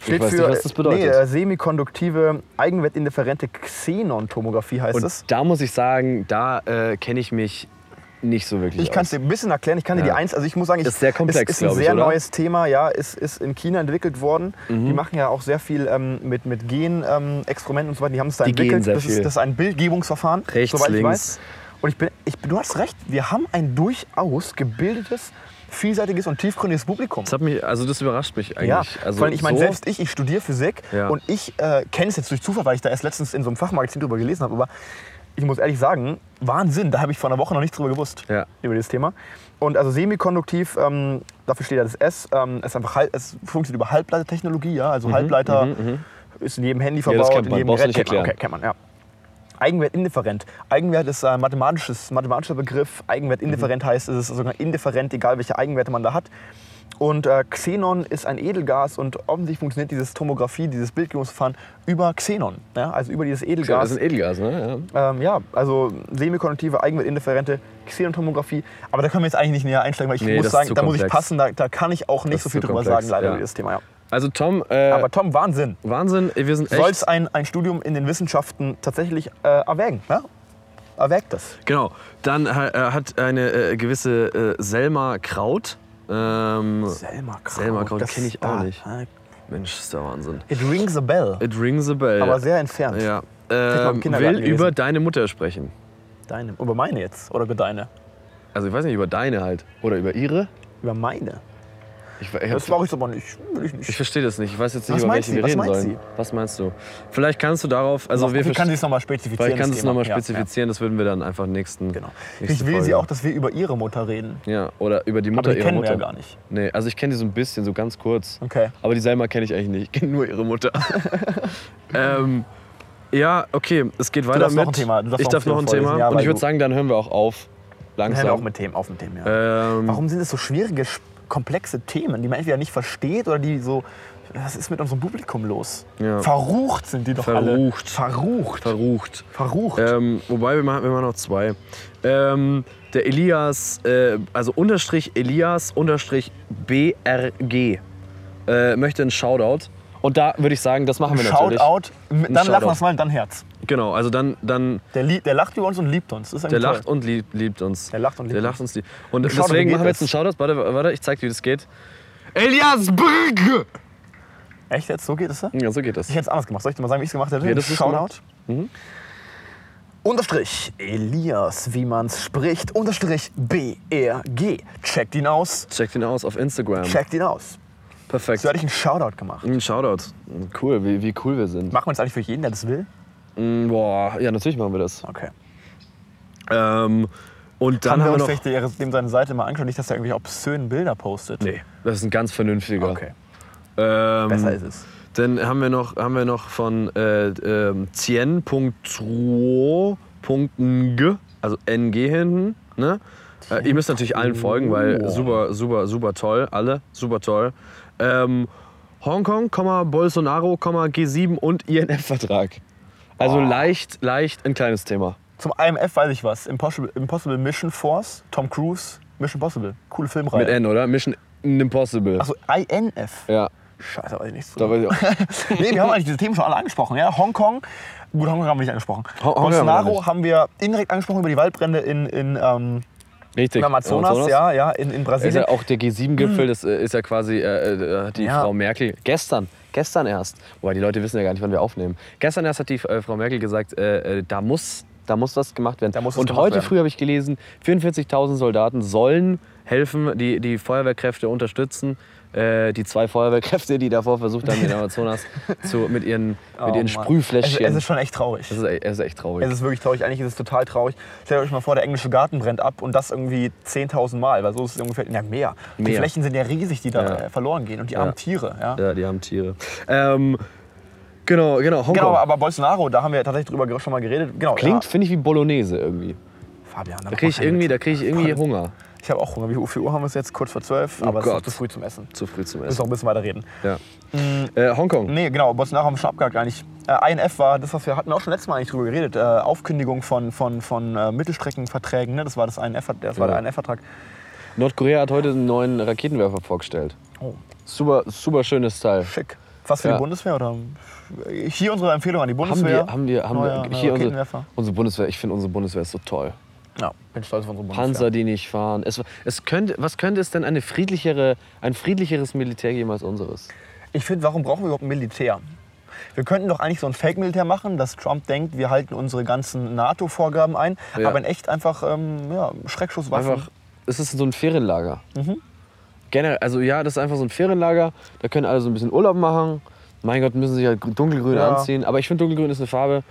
B: Steht
A: weiß
B: für
A: nicht, was das bedeutet.
B: Nee, äh, semikonduktive eigenwertindifferente Xenon-Tomographie heißt
A: Und
B: es.
A: da muss ich sagen, da äh, kenne ich mich nicht so wirklich.
B: Ich kann es dir ein bisschen erklären. Ich kann dir
A: Ja.
B: die eins, also ich muss sagen, ich,
A: Ist sehr komplex,
B: ist, ist ein
A: glaub ich,
B: sehr
A: oder? Mhm.
B: neues Thema. Ja, ist, ist in China entwickelt worden. Die machen ja auch sehr viel ähm, mit, mit Gen-Experimenten und so weiter. Die haben es da
A: Die gehen
B: entwickelt.
A: sehr
B: das,
A: viel.
B: Ist, das ist ein Bildgebungsverfahren,
A: Rechts,
B: soweit ich
A: links.
B: weiß. Und ich bin, ich, bin- du hast recht. Wir haben ein durchaus gebildetes, vielseitiges und tiefgründiges Publikum.
A: Das hat mich, also das überrascht mich
B: Ja,
A: eigentlich. also
B: vor allem, ich meine,
A: so,
B: selbst ich, ich studiere Physik
A: Ja.
B: und ich äh, kenne es jetzt durch Zufall, weil ich da erst letztens in so einem Fachmagazin drüber gelesen habe, aber ich muss ehrlich sagen, Wahnsinn, da habe ich vor einer Woche noch nichts drüber gewusst,
A: Ja.
B: über dieses Thema. Und also semikonduktiv, ähm, dafür steht ja das S, ähm, es, ist einfach, Hal- es funktioniert über Halbleitertechnologie, ja,
A: Mhm,
B: also Halbleiter ist in jedem Handy
A: das
B: verbaut,
A: kennt man,
B: in jedem
A: brauchst du nicht
B: kennt man,
A: erklären.
B: okay, kennt man, ja. Eigenwert indifferent. Eigenwert ist ein mathematisches, mathematischer Begriff. Eigenwert
A: Mhm.
B: indifferent heißt, es ist sogar indifferent, egal welche Eigenwerte man da hat. Und äh, Xenon ist ein Edelgas und offensichtlich funktioniert dieses Tomographie, dieses Bildgebungsverfahren über Xenon, ja? also über dieses
A: Das
B: Edelgas.
A: ist ein Edelgas, ne? Ja.
B: ähm, ja, also semikonduktive, eigenwertindifferente Xenontomographie. Aber da können wir jetzt eigentlich nicht näher einsteigen, weil ich
A: Nee, das
B: muss
A: ist
B: sagen,
A: zu
B: da muss ich
A: komplex.
B: passen, da, da kann ich auch nicht
A: Das
B: so
A: ist
B: viel
A: zu
B: drüber
A: komplex,
B: sagen, leider,
A: ja.
B: über dieses Thema. Ja.
A: Also Tom, äh,
B: Aber Tom, Wahnsinn.
A: Wahnsinn, wir sind echt.
B: Soll es ein, ein Studium in den Wissenschaften tatsächlich äh, erwägen? Ja? Erwägt das.
A: Genau. Dann ha- äh, hat eine äh, gewisse äh, Selma Kraut. Ähm,
B: Selma Kraut.
A: Selma Kraut
B: das-
A: kenn ich auch
B: ah,
A: nicht.
B: ah,
A: Mensch, ist der Wahnsinn.
B: It rings a bell,
A: It rings a bell.
B: aber sehr entfernt.
A: ja.
B: mal im
A: Ähm,
B: Kindergarten
A: will über
B: gewesen.
A: deine Mutter sprechen.
B: Deine. Über meine jetzt oder über deine?
A: Also ich weiß nicht, über deine halt. Oder über ihre?
B: Über meine.
A: Ich, ich
B: Das brauche ich aber nicht. Will ich nicht.
A: Ich verstehe das nicht. Ich weiß jetzt nicht,
B: Was
A: über
B: meint
A: welche
B: sie?
A: wir
B: Was
A: reden
B: meint
A: sollen.
B: sie?
A: Was meinst du? Vielleicht kannst du darauf, also wir
B: ich kann
A: verste-
B: sie es nochmal spezifizieren.
A: vielleicht kannst du
B: das
A: es nochmal
B: Thema. Ja,
A: spezifizieren, das würden wir dann einfach nächsten.
B: Ja, genau.
A: nächste
B: Ich will sie
A: Folge.
B: auch, dass wir über ihre Mutter reden.
A: Ja, oder über die Mutter
B: Aber die
A: ihrer
B: kennen
A: Mutter.
B: wir ja gar nicht.
A: Nee, also ich kenne die so ein bisschen, so ganz kurz.
B: Okay.
A: Aber die Selma kenne ich eigentlich nicht. Ich kenne nur ihre Mutter. ähm, ja, okay, es geht weiter
B: darfst
A: mit.
B: noch ein Thema- du darfst
A: ich
B: noch ein
A: darf
B: Thema
A: noch ein
B: vorlesen,
A: Thema.
B: ja,
A: Und
B: weil
A: ich würde
B: du-
A: sagen, dann hören wir auch auf.
B: Dann
A: Langsam.
B: hören wir auch mit Themen auf mit Themen, ja.
A: ähm,
B: Warum sind es so schwierige, sch- komplexe Themen, die man entweder nicht versteht oder die so. Was ist mit unserem Publikum los?
A: Ja.
B: Verrucht sind die doch alle.
A: Verrucht.
B: Verrucht.
A: Verrucht.
B: Verrucht.
A: Ähm, wobei wir machen, wir machen noch zwei. Ähm, der Elias, äh, also unterstrich Elias, unterstrich BRG, äh, möchte einen Shoutout. Und da würde ich sagen, das machen wir natürlich.
B: Shoutout. Dann
A: Shoutout.
B: lachen wir es mal und dann Herz.
A: Genau, also dann, dann
B: Der, lie- der lacht über uns und liebt uns. Das ist
A: der
B: eigentlich
A: lacht
B: toll.
A: und lieb, liebt uns.
B: Der lacht und liebt
A: Der
B: uns.
A: lacht uns lieb. Und
B: Shoutout,
A: deswegen
B: wie geht
A: machen wir jetzt einen
B: das?
A: Shoutout. Warte, warte, ich zeig dir, wie das geht. Elias Brügge!
B: Echt jetzt? So geht es? Ja?
A: Ja, so geht das.
B: Ich hätte es anders gemacht. Soll ich dir mal sagen, wie ich es gemacht hätte?
A: das ist Mhm.
B: Shoutout. Unterstrich Elias, wie man es spricht. Unterstrich BRG. E Checkt ihn aus.
A: Checkt ihn aus auf Instagram.
B: Checkt ihn aus.
A: Perfekt.
B: So hätte ich einen Shoutout gemacht.
A: Ein Shoutout. Cool, wie, wie cool wir sind.
B: Machen wir das eigentlich für jeden, der das will?
A: Mm, Boah, ja, natürlich machen wir das.
B: Okay.
A: Ähm, und dann
B: Haben wir
A: haben
B: uns
A: wir, noch.
B: vielleicht ihre- dem seine Seite mal angeschaut, nicht, dass er irgendwie obszönen Bilder postet.
A: Nee, das ist ein ganz vernünftiger.
B: Okay.
A: Ähm,
B: Besser ist es.
A: Dann haben wir noch, haben wir noch von äh, ähm, Tien.truo.ng, also NG hinten. Ne? Äh, ihr müsst natürlich allen folgen, weil super, super, super toll. Alle, super toll. Ähm, Hongkong, Bolsonaro, G7 und INF-Vertrag. Also leicht, leicht ein kleines Thema.
B: Zum IMF weiß ich was. Impossible, Impossible Mission Force, Tom Cruise, Mission Possible. Coole Filmreihe.
A: Mit N, oder? Mission Impossible.
B: Achso, INF.
A: Ja,
B: Scheiße, weiß ich nichts.
A: da
B: drüber.
A: weiß ich auch.
B: nee, wir haben eigentlich diese Themen schon alle angesprochen. Ja? Hongkong, gut, Hongkong haben wir nicht angesprochen.
A: Ho- Hongkong haben wir
B: Bolsonaro
A: noch nicht.
B: haben wir indirekt angesprochen über die Waldbrände in, in, ähm,
A: Richtig.
B: in Amazonas, ja, ja, in, in
A: Ist
B: Brasilien.
A: ja auch der G7-Gipfel, das äh, ist ja quasi äh, äh, die
B: Hm. Ja.
A: Frau Merkel gestern, gestern erst, wobei die Leute wissen ja gar nicht, wann wir aufnehmen. Gestern erst hat die äh, Frau Merkel gesagt, äh, äh, da muss, da muss was gemacht werden.
B: Da muss was
A: Und
B: gemacht
A: heute
B: werden.
A: früh habe ich gelesen, 44.000 Soldaten sollen helfen, die, die Feuerwehrkräfte unterstützen. Äh, die zwei Feuerwehrkräfte, die davor versucht haben, den Amazonas zu, mit ihren,
B: Oh
A: mit ihren
B: Mann.
A: Sprühfläschchen.
B: Es, es ist schon echt traurig.
A: das, ist, e- das ist echt traurig.
B: Es ist wirklich traurig, eigentlich ist es total traurig. Stellt euch mal vor, der englische Garten brennt ab und das irgendwie 10.000 Mal, weil so ist es ungefähr, ja mehr. Die
A: Mehr.
B: Flächen sind ja riesig, die da
A: Ja.
B: äh, verloren gehen und die armen Tiere. Ja.
A: ja, die haben Tiere. Ähm, genau, genau, Hongkong.
B: Genau, aber Bolsonaro, da haben wir tatsächlich drüber ge- schon mal geredet. Genau,
A: Klingt,
B: Ja.
A: finde ich, wie Bolognese irgendwie.
B: Fabian, da
A: Da kriege ich irgendwie, da krieg ich irgendwie
B: Voll.
A: Hunger.
B: Ich habe auch Hunger. Wie viel Uhr haben wir es jetzt? Kurz vor zwölf, aber es ist noch
A: Oh Gott.
B: zu früh zum Essen.
A: Zu früh zum
B: Müssen
A: Essen.
B: noch ein bisschen weiter reden.
A: Ja. Äh, Hongkong.
B: Nee, genau, Bolsonaro haben wir schon abgehakt eigentlich. Äh, INF war das, was wir hatten, wir auch schon letztes Mal eigentlich drüber geredet. Äh, Aufkündigung von, von, von äh, Mittelstreckenverträgen, ne? das war, das INF, -Vert- das war
A: Ja.
B: der INF-Vertrag.
A: Nordkorea hat heute einen neuen Raketenwerfer vorgestellt.
B: Oh,
A: Super, super schönes Teil.
B: schick. Was für
A: Ja.
B: die Bundeswehr? Oder? Hier unsere Empfehlung an die
A: Haben
B: Bundeswehr.
A: wir, haben wir, haben
B: Neuer-
A: wir
B: neuer
A: hier unsere,
B: Raketenwerfer.
A: unsere Bundeswehr. Ich finde unsere Bundeswehr ist so toll.
B: Ja, bin stolz auf unsere Bundeswehr.
A: Panzer, die nicht fahren. Es, es könnte, was könnte es denn eine friedlichere, ein friedlicheres Militär geben als unseres?
B: Ich finde, warum brauchen wir überhaupt ein Militär? Wir könnten doch eigentlich so ein Fake-Militär machen, dass Trump denkt, wir halten unsere ganzen NATO-Vorgaben ein,
A: Ja.
B: aber in echt einfach ähm, ja, Schreckschusswaffen.
A: Einfach, es ist so ein Ferienlager.
B: Mhm.
A: Generell, also ja, das ist einfach so ein Ferienlager. Da können alle so ein bisschen Urlaub machen. Mein Gott, müssen sich halt dunkelgrün
B: Ja.
A: anziehen. Aber ich finde, dunkelgrün ist eine Farbe,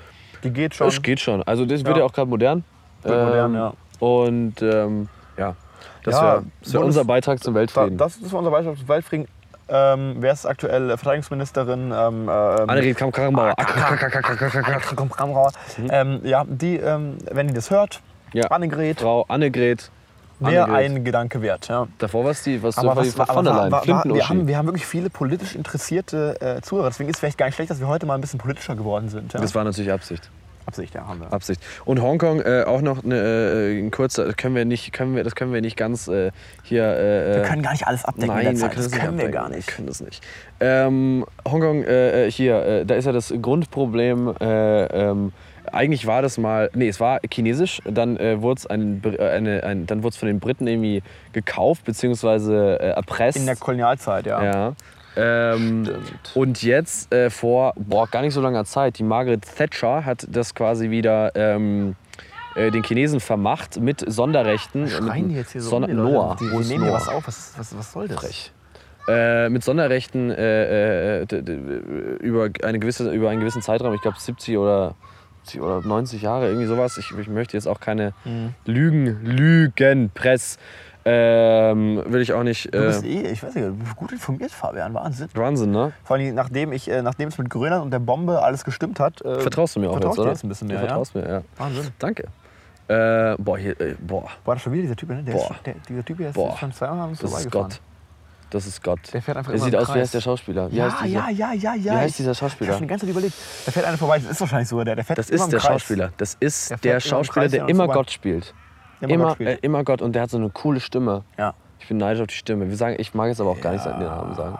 B: Die geht schon.
A: Es geht schon. Also das wird
B: Ja.
A: ja auch gerade modern. Ähm,
B: Wird modern, ja.
A: Und ähm, ja, das
B: Ja,
A: wäre wär
B: Bundes-
A: unser Beitrag zum
B: Da,
A: Weltfrieden.
B: das ist unser Beispiel zum Waldfrieden. Ähm, wer ist aktuell äh, Verteidigungsministerin? Ähm, ähm,
A: Annegret Kramp-Karrenbauer.
B: Kramp-Karrenbauer. Ähm, ja, die, ähm, wenn die das hört,
A: Mhm. Ja.
B: Annegret,
A: Frau Annegret.
B: wäre
A: Annegret.
B: ein Gedanke wert. Ja.
A: Davor was die, was,
B: Aber
A: war
B: was,
A: die von der
B: war,
A: Leyen,
B: war, war, wir, haben,
A: Flinten-Uschi.
B: wir haben wirklich viele politisch interessierte äh, Zuhörer. Deswegen ist es vielleicht gar nicht schlecht, dass wir heute mal ein bisschen politischer geworden sind. Ja.
A: Das war natürlich Absicht.
B: Absicht, ja, haben wir.
A: Absicht. Und Hongkong äh, auch noch eine, äh, ein kurzer, das können wir nicht, können wir, das können wir nicht ganz äh, hier. Äh,
B: Wir können gar nicht alles abdecken
A: Nein,
B: in der Zeit.
A: wir
B: Das können wir
A: abdecken.
B: gar
A: Wir
B: nicht.
A: können das nicht. Ähm, Hongkong, äh, äh, hier, äh, da ist ja das Grundproblem. Äh, ähm, eigentlich war das mal, nee, es war chinesisch, dann äh, wurde es ein, Br- äh, eine, ein, dann wurd's von den Briten irgendwie gekauft bzw. Äh, erpresst.
B: In der ah. Kolonialzeit, ja.
A: ja. Ähm, und jetzt äh, vor boah, gar nicht so langer Zeit, die Margaret Thatcher hat das quasi wieder ähm, äh, den Chinesen vermacht mit Sonderrechten.
B: Schreien
A: mit
B: die jetzt hier so
A: Sonder-
B: um die Leute?
A: Noah.
B: Die,
A: Wo
B: die
A: ist
B: nehmen hier
A: Noah?
B: was auf. Was, was, was soll das?
A: Frech. äh, mit Sonderrechten äh, äh, d- d- über, eine gewisse, über einen gewissen Zeitraum, ich glaube 70 oder, 70 oder 90 Jahre, irgendwie sowas. Ich, ich möchte jetzt auch keine
B: Mhm.
A: Lügen, Lügenpress, ähm, will ich auch nicht.
B: Du
A: Äh,
B: bist eh, ich weiß nicht, du bist gut informiert, Fabian, Wahnsinn.
A: Wahnsinn, ne?
B: Vor allem, nachdem, ich, äh, nachdem es mit Grönland und der Bombe alles gestimmt hat. äh,
A: Vertraust du mir auch
B: vertraust
A: jetzt, oder?
B: dir jetzt ein bisschen mehr,
A: du vertraust mir, ja.
B: ja? Wahnsinn.
A: Danke. Äh, boah, hier, äh, boah,
B: War das schon wieder dieser Typ, ne? Der
A: Boah.
B: Ist, der, dieser Typ, der ist
A: Boah.
B: schon zweimal an uns
A: das ist
B: vorbeigefahren.
A: Gott. Das ist Gott.
B: Der fährt einfach
A: Er
B: immer
A: sieht
B: im
A: aus, wie
B: Kreis.
A: heißt der Schauspieler? Wie heißt
B: Ja,
A: dieser?
B: ja, ja, ja, ja.
A: Wie
B: ich-
A: heißt dieser
B: Ich habe
A: Schauspieler?
B: schon die ganze Zeit überlegt. Da fährt einer vorbei, das ist wahrscheinlich sogar der. Der fährt
A: Das
B: immer
A: ist
B: im
A: der
B: Kreis.
A: Schauspieler. Das ist
B: Der fährt
A: der,
B: immer im
A: Schauspieler,
B: Kreis, der
A: der
B: uns
A: immer
B: vorbei-
A: Gott spielt.
B: Der immer
A: Immer,
B: Gott spielt.
A: äh, immer Gott. Und der hat so eine coole Stimme.
B: Ja.
A: Ich bin neidisch auf die Stimme. Wir sagen, ich mag jetzt aber auch gar nicht den Namen sagen.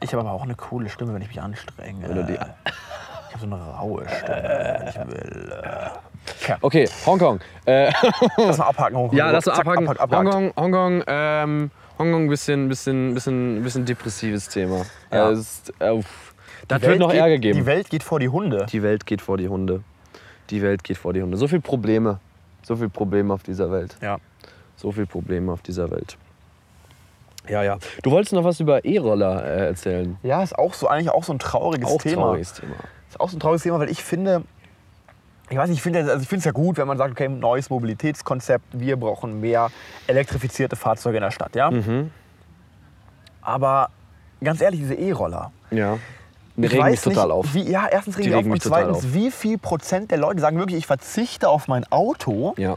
B: Ich habe aber auch eine coole Stimme, wenn ich mich anstrenge.
A: Wenn du die-
B: Ich habe so eine raue Stimme, wenn ich will. Ja,
A: Okay, Hongkong. Äh,
B: lass mal abhaken. Hoch,
A: ja, lass uns
B: Zack,
A: abhaken.
B: abhakt, abhakt.
A: Hongkong, Hongkong, ähm, Hongkong, bisschen, bisschen, bisschen, bisschen depressives Thema.
B: Ja.
A: Ja. Also, es ist, äh, uff. da
B: Die
A: wird
B: Welt
A: noch
B: geht-
A: Ärger geben.
B: Die Welt geht vor die Hunde.
A: Die Welt geht vor die Hunde. Die Welt geht vor die Hunde. So viel Probleme. So viel Probleme auf dieser Welt.
B: Ja.
A: So viel Probleme auf dieser Welt. Ja, ja. Du wolltest noch was über E-Roller äh, erzählen.
B: Ja, ist auch so, eigentlich auch so ein trauriges
A: Auch
B: Thema.
A: trauriges Thema.
B: Ist auch so ein trauriges Thema, weil ich finde, ich weiß nicht, ich finde also ich finde es ja gut, wenn man sagt, okay, neues Mobilitätskonzept, wir brauchen mehr elektrifizierte Fahrzeuge in der Stadt, ja?
A: Mhm.
B: Aber ganz ehrlich, diese E-Roller.
A: Ja.
B: ich
A: Regen mich
B: weiß nicht,
A: total auf.
B: Wie, ja, erstens regen
A: Die
B: die auf
A: regen
B: und
A: mich total
B: zweitens,
A: auf.
B: wie viel Prozent der Leute sagen wirklich, ich verzichte auf mein Auto
A: Ja,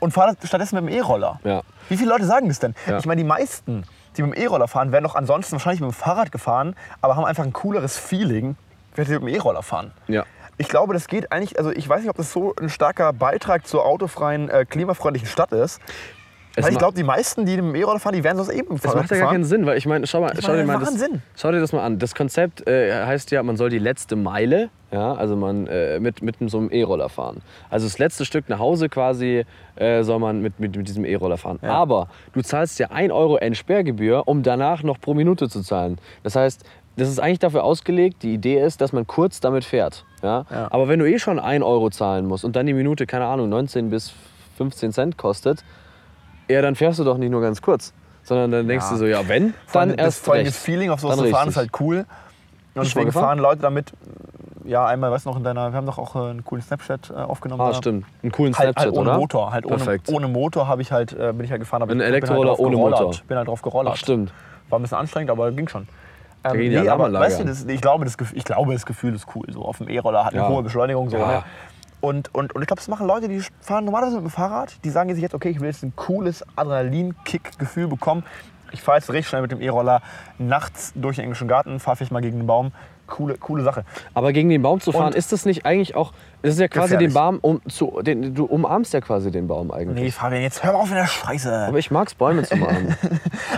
B: und fahre stattdessen mit dem E-Roller?
A: ja.
B: Wie viele Leute sagen das denn?
A: Ja.
B: Ich meine, die meisten, die mit dem E-Roller fahren, wären doch ansonsten wahrscheinlich mit dem Fahrrad gefahren, aber haben einfach ein cooleres Feeling, wenn sie mit dem E-Roller fahren.
A: Ja.
B: Ich glaube, das geht eigentlich, also ich weiß nicht, ob das so ein starker Beitrag zur autofreien, äh, klimafreundlichen Stadt ist.
A: Es
B: weil ich
A: ma-
B: glaube, die meisten, die mit dem E-Roller fahren, die werden sonst eben
A: Das
B: Fahrrad
A: macht ja gar
B: fahren.
A: keinen Sinn, weil ich meine, schau, mal,
B: Das
A: schau, dir,
B: macht
A: mal
B: ja
A: das,
B: Wahnsinn.
A: schau dir das mal an. Das Konzept äh, heißt ja, man soll die letzte Meile, ja, also man äh, mit, mit so einem E-Roller fahren. Also das letzte Stück nach Hause quasi äh, soll man mit, mit, mit diesem E-Roller fahren. Aber du zahlst ja 1 Euro Entsperrgebühr, um danach noch pro Minute zu zahlen. Das heißt, das ist eigentlich dafür ausgelegt, die Idee ist, dass man kurz damit fährt. Ja?
B: Ja.
A: Aber wenn du eh schon 1 Euro zahlen musst und dann die Minute, keine Ahnung, 19 bis 15 Cent kostet, ja, dann fährst du doch nicht nur ganz kurz, sondern dann denkst
B: Ja.
A: du so, ja, wenn,
B: Vor allem
A: dann erst
B: das, vor allem
A: recht.
B: das Feeling auf sowas
A: Dann
B: zu fahren
A: richtig.
B: ist halt cool. Und
A: Bist du mal
B: deswegen
A: gefahren?
B: fahren Leute damit, ja, einmal, weißt du noch, in deiner, wir haben doch auch äh, einen coolen Snapchat äh, aufgenommen.
A: Ah,
B: da.
A: stimmt. Einen coolen
B: Halt,
A: Snapchat,
B: halt ohne
A: oder?
B: Motor, halt ohne,
A: Perfekt.
B: ohne Motor habe ich halt, äh, bin ich ja gefahren. Aber
A: Ein
B: ich bin
A: Elektroroller
B: drauf
A: ohne
B: gerollert.
A: Motor.
B: Bin halt drauf gerollert.
A: Ach, stimmt.
B: War ein bisschen anstrengend, aber ging schon. Ähm,
A: ging die
B: aber
A: Alarmanlage
B: weißt du,
A: an.
B: das, ich, glaube, das, Gef- ich glaube, das Gefühl ist cool. So auf dem E-Roller hat eine
A: Ja.
B: hohe Beschleunigung. So,
A: Ja.
B: ne? und, und, und ich glaube, das machen Leute, die fahren normalerweise mit dem Fahrrad. Die sagen sich jetzt, okay, ich will jetzt ein cooles Adrenalinkick-Gefühl bekommen. Ich fahre jetzt richtig schnell mit dem E-Roller nachts durch den englischen Garten, fahre vielleicht mal gegen den Baum. Coole, coole Sache.
A: Aber gegen den Baum zu fahren,
B: Und-
A: ist das nicht eigentlich auch, das ist ja quasi
B: Gefährlich.
A: den Baum, um, zu, den, du umarmst ja quasi den Baum eigentlich.
B: Nee, Fabian, jetzt hör mal auf mit der Scheiße.
A: Aber ich mag's, Bäume zu umarmen.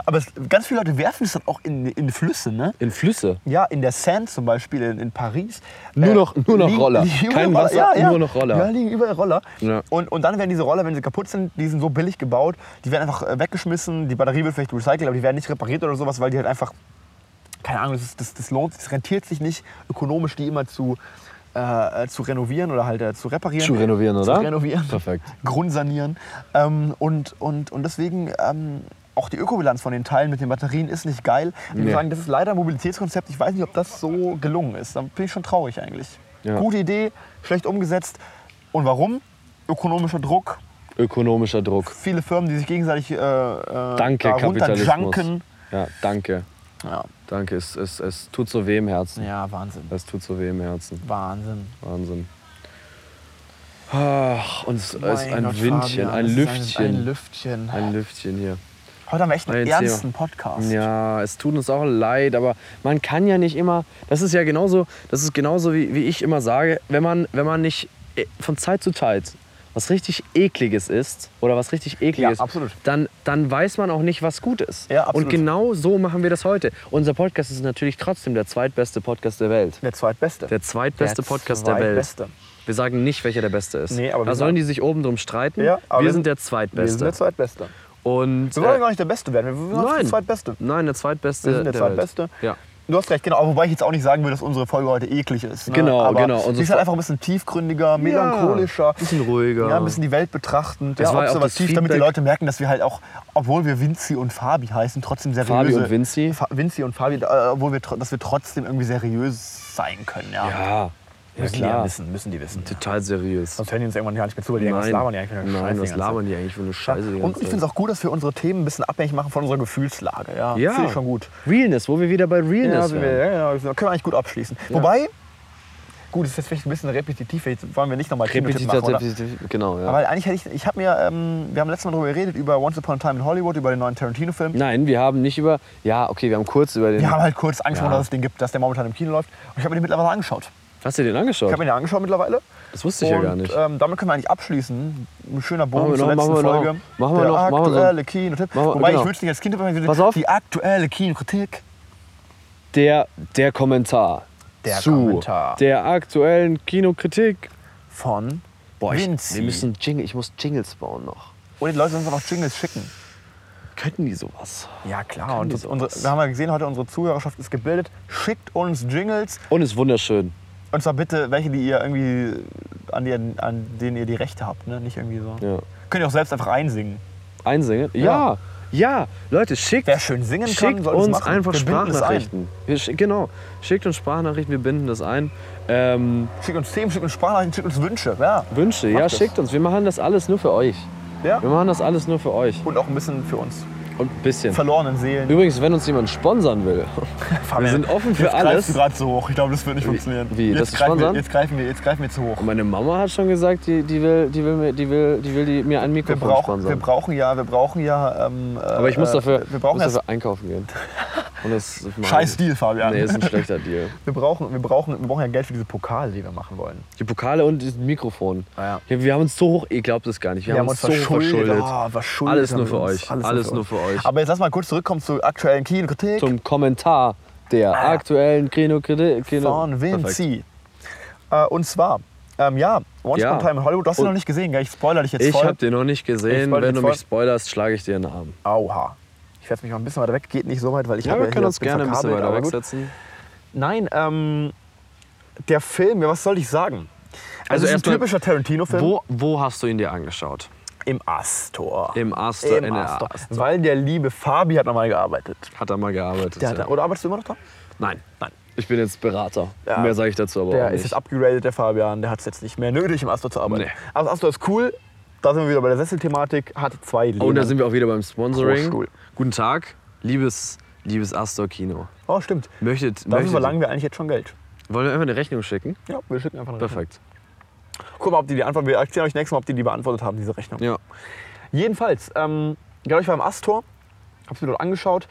B: Aber es, ganz viele Leute werfen es dann auch in, in Flüsse, ne?
A: In Flüsse.
B: Ja, in der Seine zum Beispiel in, in Paris. Äh,
A: Nur noch- nur noch Roller.
B: liegen
A: Kein
B: überall-
A: Wasser, nur noch Roller.
B: Ja, liegen überall Roller.
A: Ja.
B: Und, und dann werden diese Roller, wenn sie kaputt sind, die sind so billig gebaut, die werden einfach äh, weggeschmissen, die Batterie wird vielleicht recycelt, aber die werden nicht repariert oder sowas, weil die halt einfach, keine Ahnung, das, ist, das, das lohnt, das rentiert sich nicht ökonomisch, die immer zu, äh, äh, zu renovieren oder halt äh, zu reparieren.
A: Zu renovieren, oder?
B: Zu renovieren.
A: Perfekt.
B: Grundsanieren. Ähm, und, und, und deswegen ähm, auch die Ökobilanz von den Teilen mit den Batterien ist nicht geil. Ich würde
A: Nee.
B: sagen, das ist leider ein Mobilitätskonzept. Ich weiß nicht, ob das so gelungen ist. Da bin ich schon traurig eigentlich.
A: Ja.
B: Gute Idee, schlecht umgesetzt. Und warum? Ökonomischer Druck,
A: Ökonomischer Druck.
B: viele Firmen, die sich gegenseitig äh, äh,
A: Danke,
B: darunter
A: Kapitalismus.
B: junken.
A: Ja, danke.
B: Ja.
A: Danke. Es, es, es tut so weh im Herzen.
B: ja, Wahnsinn.
A: Es tut so weh im Herzen.
B: Wahnsinn.
A: Wahnsinn. Ach, und es ist
B: Mein
A: ein
B: Gott,
A: Windchen,
B: Fabian,
A: ein
B: es ist
A: Lüftchen.
B: Ein, ein Lüftchen.
A: Ein Lüftchen hier.
B: Heute haben wir echt einen
A: Ein Thema.
B: ernsten Podcast.
A: Ja, es tut uns auch leid, aber man kann ja nicht immer. Das ist ja genauso, das ist genauso wie, wie ich immer sage, wenn man, wenn man nicht äh, von Zeit zu Zeit was richtig ekliges ist oder was richtig ekliges,
B: Ja, absolut.
A: dann dann weiß man auch nicht, was gut ist.
B: Ja, absolut.
A: Und genau so machen wir das heute. Unser Podcast ist natürlich trotzdem der zweitbeste Podcast der Welt.
B: Der zweitbeste.
A: Der zweitbeste Podcast der Welt.
B: zweitbeste.
A: Wir sagen nicht, welcher der beste ist.
B: Nee, aber wir
A: da sollen
B: sagen-
A: die sich oben drum streiten.
B: Ja, aber
A: wir
B: wir-
A: sind der
B: Wir sind
A: zweitbeste.
B: der zweitbeste.
A: Und
B: Wir wollen
A: äh,
B: gar nicht der Beste werden, wir sind der
A: nein.
B: zweitbeste.
A: Nein, der zweitbeste.
B: Wir sind der
A: Welt.
B: Zweitbeste.
A: Ja.
B: du hast recht, genau. Aber wobei ich jetzt auch nicht sagen würde, dass unsere Folge heute eklig ist. Ne?
A: Genau,
B: aber
A: genau. Und
B: Sie ist
A: so-
B: halt einfach ein bisschen tiefgründiger, melancholischer.
A: bisschen ruhiger.
B: Ja, ein bisschen die Welt betrachtend,
A: Es
B: ja,
A: war ja auch
B: observativ,
A: das
B: damit die
A: Feedback-
B: Leute merken, dass wir halt auch, obwohl wir Vinci und Fabi heißen, trotzdem seriöse...
A: Fabi und Vinci?
B: Fa Vinci und Fabi, äh, obwohl wir, tro- dass wir trotzdem irgendwie seriös sein können, ja.
A: ja, ja
B: müssen die ja
A: klar.
B: wissen, müssen die wissen.
A: Total seriös.
B: Sonst hören die uns irgendwann ja nicht mehr zu, weil die denken, was labern die eigentlich für eine
A: nein,
B: Scheiße
A: was
B: die ganze
A: labern die eigentlich für eine
B: Zeit.
A: Scheiße? die
B: Und
A: ganze
B: ich finde es auch gut, dass wir unsere Themen ein bisschen abhängig machen von unserer Gefühlslage, ja.
A: Ja.
B: Finde ich schon gut.
A: Realness, wo wir wieder bei
B: Ja,
A: Realness
B: sind wir,
A: wären.
B: ja, genau, können wir eigentlich gut abschließen. Wobei, gut, ist jetzt vielleicht ein bisschen repetitiv, jetzt wollen wir nicht nochmal Kinotipp machen, oder?
A: Repetitiv, genau, ja.
B: Aber eigentlich hätte ich, ich habe mir, ähm, wir haben letztes Mal darüber geredet, über Once Upon a Time in Hollywood, über den neuen Tarantino-Film.
A: Nein, wir haben nicht über. Ja, okay, wir haben kurz über den.
B: Wir haben halt kurz Angst,
A: Ja.
B: dass es den gibt, dass der momentan im Kino läuft. Und ich habe mir den mittlerweile angeschaut.
A: Hast du den angeschaut?
B: Ich habe mir den angeschaut mittlerweile.
A: Das wusste ich ja
B: Und,
A: gar nicht.
B: Ähm, damit können wir eigentlich abschließen. Ein schöner Bogen
A: Machen wir
B: zur
A: noch,
B: letzten
A: machen wir noch.
B: Folge.
A: Machen wir
B: der
A: noch, machen wir so.
B: aktuelle Kinotipp.
A: Machen wir-
B: Wobei
A: genau.
B: ich würde es nicht als Kind machen.
A: Pass auf.
B: Die aktuelle Kinokritik.
A: Der, der Kommentar.
B: Der
A: zu
B: Kommentar.
A: der aktuellen Kinokritik.
B: von
A: ich,
B: Vinci.
A: wir müssen Jingle, ich muss Jingles bauen noch.
B: Und die Leute sollen uns auch noch Jingles schicken.
A: Könnten die sowas?
B: Ja klar. Und
A: die
B: das,
A: sowas?
B: unsere, wir haben ja gesehen, heute unsere Zuhörerschaft ist gebildet. Schickt uns Jingles.
A: Und ist wunderschön.
B: Und zwar bitte welche, die ihr irgendwie an, die, an denen ihr die Rechte habt, ne? Nicht irgendwie so.
A: Ja.
B: Könnt ihr auch selbst einfach einsingen.
A: Einsingen? Ja. ja. Leute, schickt,
B: Wer schön singen kann,
A: schickt
B: soll das
A: uns
B: machen.
A: einfach
B: Wir binden es
A: Sprachnachrichten. Wir schick, genau, schickt uns Sprachnachrichten, wir binden das ein. Ähm,
B: Schickt uns Themen, schickt uns Sprachnachrichten, schickt uns Wünsche. Ja.
A: Wünsche, ja,
B: das.
A: schickt uns. Wir machen das alles nur für euch.
B: ja.
A: Wir machen das alles nur für euch.
B: Und auch ein bisschen für uns.
A: Und ein bisschen.
B: Verlorenen Seelen.
A: Übrigens, wenn uns jemand sponsern will, wir sind offen für
B: jetzt
A: alles.
B: greifst du gerade zu hoch. Ich glaube, das wird nicht funktionieren.
A: wie, das
B: Jetzt, greifen wir,
A: Sponsern?
B: jetzt, greifen wir, jetzt greifen wir zu hoch.
A: Meine Mama hat schon gesagt, die, die will, die will, mir, die will, die will die, mir ein
B: Wir
A: Mikrofon
B: brauchen, wir
A: sponsern.
B: brauchen ja, wir brauchen ja. Ähm,
A: Aber ich muss dafür,
B: Wir brauchen
A: muss
B: ja
A: dafür einkaufen gehen. Und das das mache
B: Scheiß
A: ich.
B: Deal, Fabian.
A: Nee, ist ein schlechter Deal.
B: wir, brauchen, wir, brauchen, wir brauchen ja Geld für diese Pokale, die wir machen wollen.
A: Die Pokale und das Mikrofon.
B: Ah, ja.
A: Ja, wir haben uns so hoch, ihr glaubt es gar nicht. Wir, haben uns, so hoch verschuldet.
B: Ah, verschuldet
A: Alles nur
B: haben wir
A: für euch.
B: uns.
A: Alles nur für euch.
B: Aber jetzt lass mal kurz zurückkommen zur aktuellen Kinokritik
A: Zum Kommentar der
B: Ah.
A: aktuellen Kino Kino.
B: von Vinci. Äh, und zwar, ähm, ja, Once
A: Ja.
B: Upon a Time in Hollywood, du hast ihn
A: Und-
B: noch nicht gesehen, gell? ich spoiler dich jetzt
A: Ich
B: voll.
A: hab den noch nicht
B: Ich
A: gesehen.
B: spoil
A: Wenn
B: dich
A: du
B: voll.
A: mich spoilerst, schlage ich dir einen Arm.
B: Aua. Ich setze mich mal ein bisschen weiter weg, geht nicht so weit, weil ich
A: Ja,
B: habe
A: wir
B: ja
A: können
B: hier-
A: uns
B: bin
A: gerne ein bisschen
B: verkabelt,
A: weiter
B: aber gut.
A: wegsetzen.
B: Nein, ähm, der Film, ja, was soll ich sagen?
A: Also
B: Also, es ist ein
A: erstmal-
B: typischer Tarantino-Film.
A: Wo, wo hast du ihn dir angeschaut?
B: Im Astor.
A: Im Astor, in
B: Im
A: der
B: Astor.
A: Astor.
B: Weil der liebe Fabi hat nochmal gearbeitet.
A: Hat er mal gearbeitet.
B: Der hat,
A: ja.
B: da- oder arbeitest du immer noch da?
A: Nein.
B: Nein.
A: Ich bin jetzt Berater.
B: Ja.
A: Mehr sage ich dazu aber
B: Der
A: auch
B: ist
A: nicht.
B: jetzt abgeradet, der Fabian. Der hat es jetzt nicht mehr nötig, im Astor zu arbeiten.
A: Nee.
B: Also Astor ist cool. Da sind wir wieder bei der Sesselthematik. Hat zwei Leben.
A: Und Oh, da sind wir auch wieder beim Sponsoring.
B: Hochstuhl.
A: Guten Tag, liebes, liebes Astor Kino.
B: oh, stimmt.
A: Möchtet,
B: Dafür
A: möchtet
B: verlangen wir eigentlich jetzt schon Geld.
A: Wollen wir einfach eine Rechnung schicken?
B: Ja, wir schicken einfach eine Rechnung.
A: Perfekt.
B: Guck mal, ob die die Antwort. Wir erzählen euch nächstes Mal, ob die die beantwortet haben, diese Rechnung.
A: Ja.
B: Jedenfalls, ähm, genau, ich war im Astor, hab's mir dort angeschaut,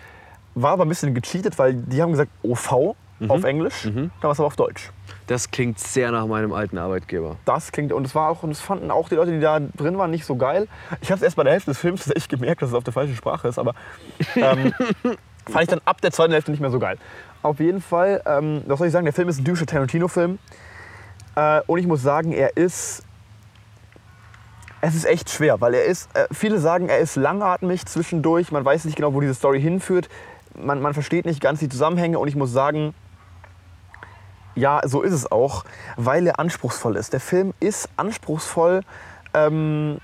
B: war aber ein bisschen gecheatet, weil die haben gesagt OV auf Englisch, da war es aber auf Deutsch.
A: Das klingt sehr nach meinem alten Arbeitgeber.
B: Das klingt, und es war auch, und es fanden auch die Leute, die da drin waren, nicht so geil. Ich habe es erst bei der Hälfte des Films tatsächlich gemerkt, dass es auf der falschen Sprache ist, aber ähm, fand ich dann ab der zweiten Hälfte nicht mehr so geil. Auf jeden Fall, ähm, was soll ich sagen, der Film ist ein typischer Tarantino-Film. Äh, und ich muss sagen, er ist. Es ist echt schwer, weil er ist. Äh, viele sagen, er ist langatmig zwischendurch. Man weiß nicht genau, wo diese Story hinführt. Man, man versteht nicht ganz die Zusammenhänge. Und ich muss sagen, ja, so ist es auch, weil er anspruchsvoll ist. Der Film ist anspruchsvoll, ähm,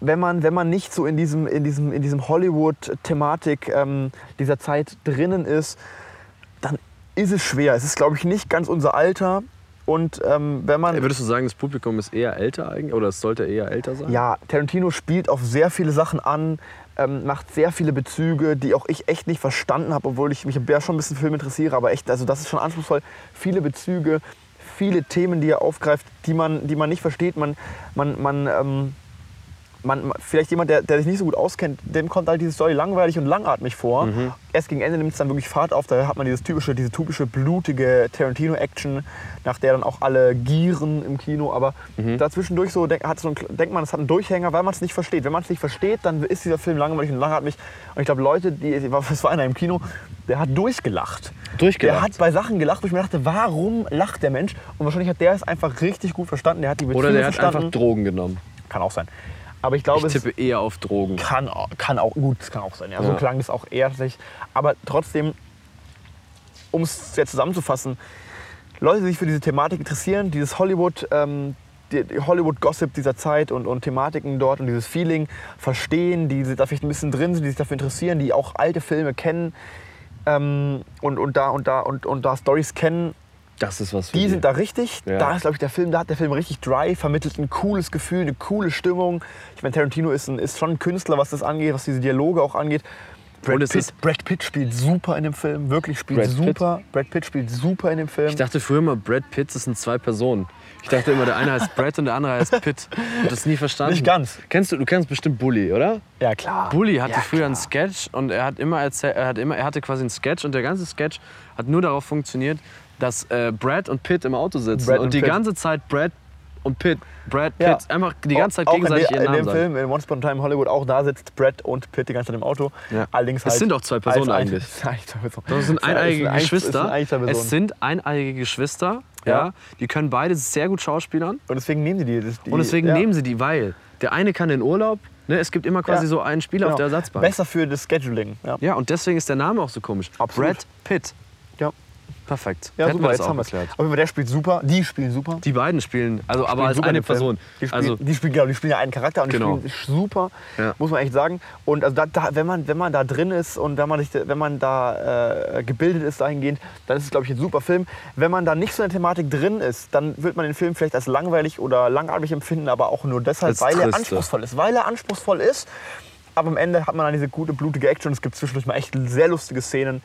B: wenn, man, wenn man nicht so in diesem, in diesem, in diesem Hollywood-Thematik ähm, dieser Zeit drinnen ist, dann ist es schwer. Es ist, glaube ich, nicht ganz unser Alter. Und ähm, wenn man.
A: Würdest du sagen, das Publikum ist eher älter eigentlich? Oder es sollte eher älter sein?
B: Ja, Tarantino spielt auf sehr viele Sachen an, ähm, macht sehr viele Bezüge, die auch ich echt nicht verstanden habe, obwohl ich mich ja schon ein bisschen für Film interessiere, aber echt, also das ist schon anspruchsvoll. Viele Bezüge, viele Themen, die er aufgreift, die man, die man nicht versteht. Man, man, man, ähm, man, man- vielleicht jemand, der, der sich nicht so gut auskennt, dem kommt halt diese Story langweilig und langatmig vor.
A: Mhm.
B: Erst gegen Ende nimmt es dann wirklich Fahrt auf, da hat man dieses typische, diese typische blutige Tarantino-Action, nach der dann auch alle gieren im Kino. Aber
A: Mhm.
B: dazwischendurch so, denk, hat so ein, denkt man, es hat einen Durchhänger, weil man es nicht versteht. Wenn man es nicht versteht, dann ist dieser Film langweilig und langatmig. Und ich glaube, Leute, die, es war einer im Kino, der hat durchgelacht.
A: Durchgelacht?
B: Der hat bei Sachen gelacht, wo ich mir dachte, warum lacht der Mensch? Und wahrscheinlich hat der es einfach richtig gut verstanden. Der hat die Beziehung
A: Oder der hat
B: verstanden.
A: einfach Drogen genommen.
B: Kann auch sein. Aber ich glaube,
A: Ich
B: es
A: tippe eher auf Drogen.
B: kann, au- kann auch gut, das kann auch sein. Ja,
A: Hm. Ja.
B: So klang das auch eher tatsächlich. Aber trotzdem um es sehr zusammenzufassen, Leute, die sich für diese Thematik interessieren, dieses Hollywood, ähm, die, die Hollywood-Gossip dieser Zeit und, und Thematiken dort und dieses Feeling verstehen, die da vielleicht ein bisschen drin sind, die sich dafür interessieren, die auch alte Filme kennen ähm, und, und da und da und, und da Stories kennen,
A: Das ist was für
B: die
A: die.
B: sind da richtig.
A: Ja.
B: Da ist, glaube ich, der Film, da hat der Film richtig dry, vermittelt ein cooles Gefühl, eine coole Stimmung. Ich meine, Tarantino ist, ein, ist schon ein Künstler, was das angeht, was diese Dialoge auch angeht. Brad
A: Und es
B: Pitt,
A: ist-
B: Brad Pitt spielt super in dem Film, wirklich spielt
A: Brad Pitt?
B: super. Brad Pitt spielt super in dem Film.
A: Ich dachte früher mal, Brad Pitt, das sind zwei Personen. Ich dachte immer, der eine heißt Brad und der andere heißt Pitt. Ich hab das nie verstanden.
B: Nicht ganz.
A: Kennst du, du kennst bestimmt Bully, oder?
B: ja, klar.
A: Bully hatte
B: ja,
A: früher einen Sketch und er hat immer erzählt, er hat immer, er hatte quasi einen Sketch und der ganze Sketch hat nur darauf funktioniert, dass äh, Brad und Pitt im Auto sitzen
B: Brad
A: und,
B: und
A: die
B: Pitt.
A: ganze Zeit Brad und Pitt, Brad Pitt,
B: Ja.
A: einfach die ganze Zeit
B: Auch
A: gegenseitig
B: in,
A: ihren
B: de-
A: Namen
B: in dem
A: sagen.
B: Film, in Once Upon a Time in Hollywood, auch da sitzt Brad und Pitt die ganze Zeit im Auto.
A: Ja.
B: Allerdings
A: Es
B: halt
A: sind auch zwei Personen
B: als ein-
A: eigentlich.
B: Es sind eigentlich zwei Personen.
A: Das sind
B: Es ein-
A: eineiige
B: es sind
A: Geschwister.
B: eigentlich zwei Personen.
A: es sind eineiige Geschwister. Ja.
B: Ja.
A: Die können beide sehr gut schauspielern.
B: Und deswegen nehmen die die. das- die
A: Und deswegen
B: ja.
A: nehmen sie die, weil der eine kann in Urlaub. Ne? Es gibt immer quasi
B: Ja. Genau.
A: so einen Spieler auf der Ersatzbank.
B: Besser für das Scheduling. Ja,
A: Ja, und deswegen ist der Name auch so komisch.
B: Absolut.
A: Brad Pitt.
B: ja.
A: Perfekt.
B: ja
A: Hätten wir
B: super,
A: das
B: jetzt
A: auch
B: haben wir es.
A: geklärt.
B: Auf jeden Fall, der spielt super. Die spielen super.
A: Die beiden spielen, also aber
B: spielen
A: als
B: super
A: eine
B: den Film.
A: Person.
B: Die spielen,
A: Also
B: die spielen, genau, die spielen ja einen Charakter und
A: Genau.
B: die spielen super,
A: Ja.
B: muss man echt sagen. Und also da, da, wenn, man, wenn man da drin ist und wenn man, sich, wenn man da äh, gebildet ist dahingehend, dann ist es, glaube ich, ein super Film. Wenn man da nicht so in der Thematik drin ist, dann wird man den Film vielleicht als langweilig oder langatmig empfinden, aber auch nur deshalb,
A: Als
B: weil er
A: triste.
B: anspruchsvoll ist. Weil er anspruchsvoll ist, aber am Ende hat man dann diese gute, blutige Action. Es gibt zwischendurch mal echt sehr lustige Szenen.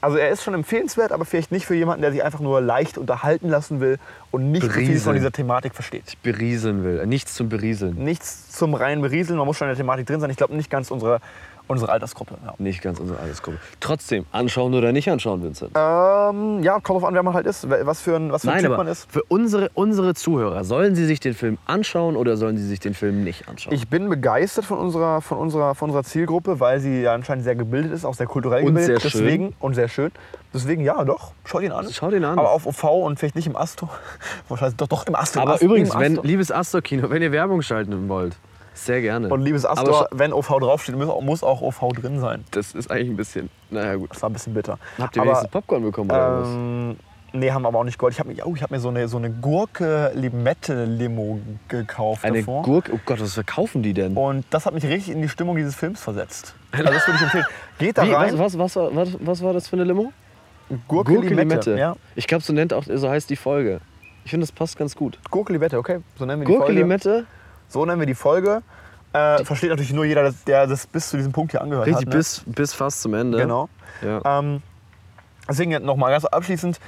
B: Also er ist schon empfehlenswert, aber vielleicht nicht für jemanden, der sich einfach nur leicht unterhalten lassen will und nicht so viel
A: Berieseln.
B: von dieser Thematik versteht
A: berieseln will. äh, Nichts zum Berieseln.
B: nichts zum reinen Berieseln. Man muss schon in der Thematik drin sein. Ich glaube, nicht ganz unsere, unsere Altersgruppe.
A: Nicht ganz unsere Altersgruppe. Trotzdem, anschauen oder nicht anschauen, Vincent.
B: Ja, ähm, ja kommt drauf an, wer man halt ist, wer- was für ein, was für ein
A: Nein,
B: Typ
A: aber
B: man ist.
A: für unsere, unsere Zuhörer, sollen sie sich den Film anschauen oder sollen sie sich den Film nicht anschauen?
B: Ich bin begeistert von unserer, von, unserer, von unserer Zielgruppe, weil sie ja anscheinend sehr gebildet ist, auch sehr kulturell
A: Und
B: gebildet.
A: sehr schön.
B: Deswegen, Und sehr schön. Deswegen, ja, doch, schau ihn an.
A: Schau den an.
B: Aber auf OV und vielleicht nicht im Astro. Wahrscheinlich doch, doch im Astro. im
A: aber
B: Astro,
A: übrigens,
B: im
A: wenn,
B: Astro.
A: liebes Astor-Kino, wenn ihr Werbung schalten wollt, sehr gerne.
B: Und liebes Astro,
A: Aber
B: wenn OV draufsteht, muss auch- muss auch OV drin sein.
A: das ist eigentlich ein bisschen, naja gut.
B: Das war ein bisschen bitter.
A: Habt ihr
B: Aber-
A: wenigstens Popcorn bekommen oder was?
B: Ähm, nee, haben aber auch nicht geholt. Ich habe mir, oh, ich hab mir so eine, so eine Gurke-Limette-Limo gekauft
A: Eine
B: davor.
A: Gurke, oh Gott, was verkaufen die denn?
B: und das hat mich richtig in die Stimmung dieses Films versetzt. Also das würde ich empfehlen. Geht da
A: Wie, was,
B: rein.
A: was, was, war- was, was war das für eine Limo?
B: Gurke-Limette. Ja,
A: Ich glaube, so nennt auch, so heißt die Folge. Ich finde, das passt ganz gut.
B: Gurke-Limette, okay. So nennen wir die Folge.
A: Gurke-Limette,
B: So nennen wir die Folge. Äh, versteht natürlich nur jeder, dass- der das bis zu diesem Punkt hier angehört
A: richtig
B: hat. ne?
A: bis, bis fast zum Ende.
B: Genau.
A: Ja.
B: Ähm, deswegen nochmal ganz abschließend.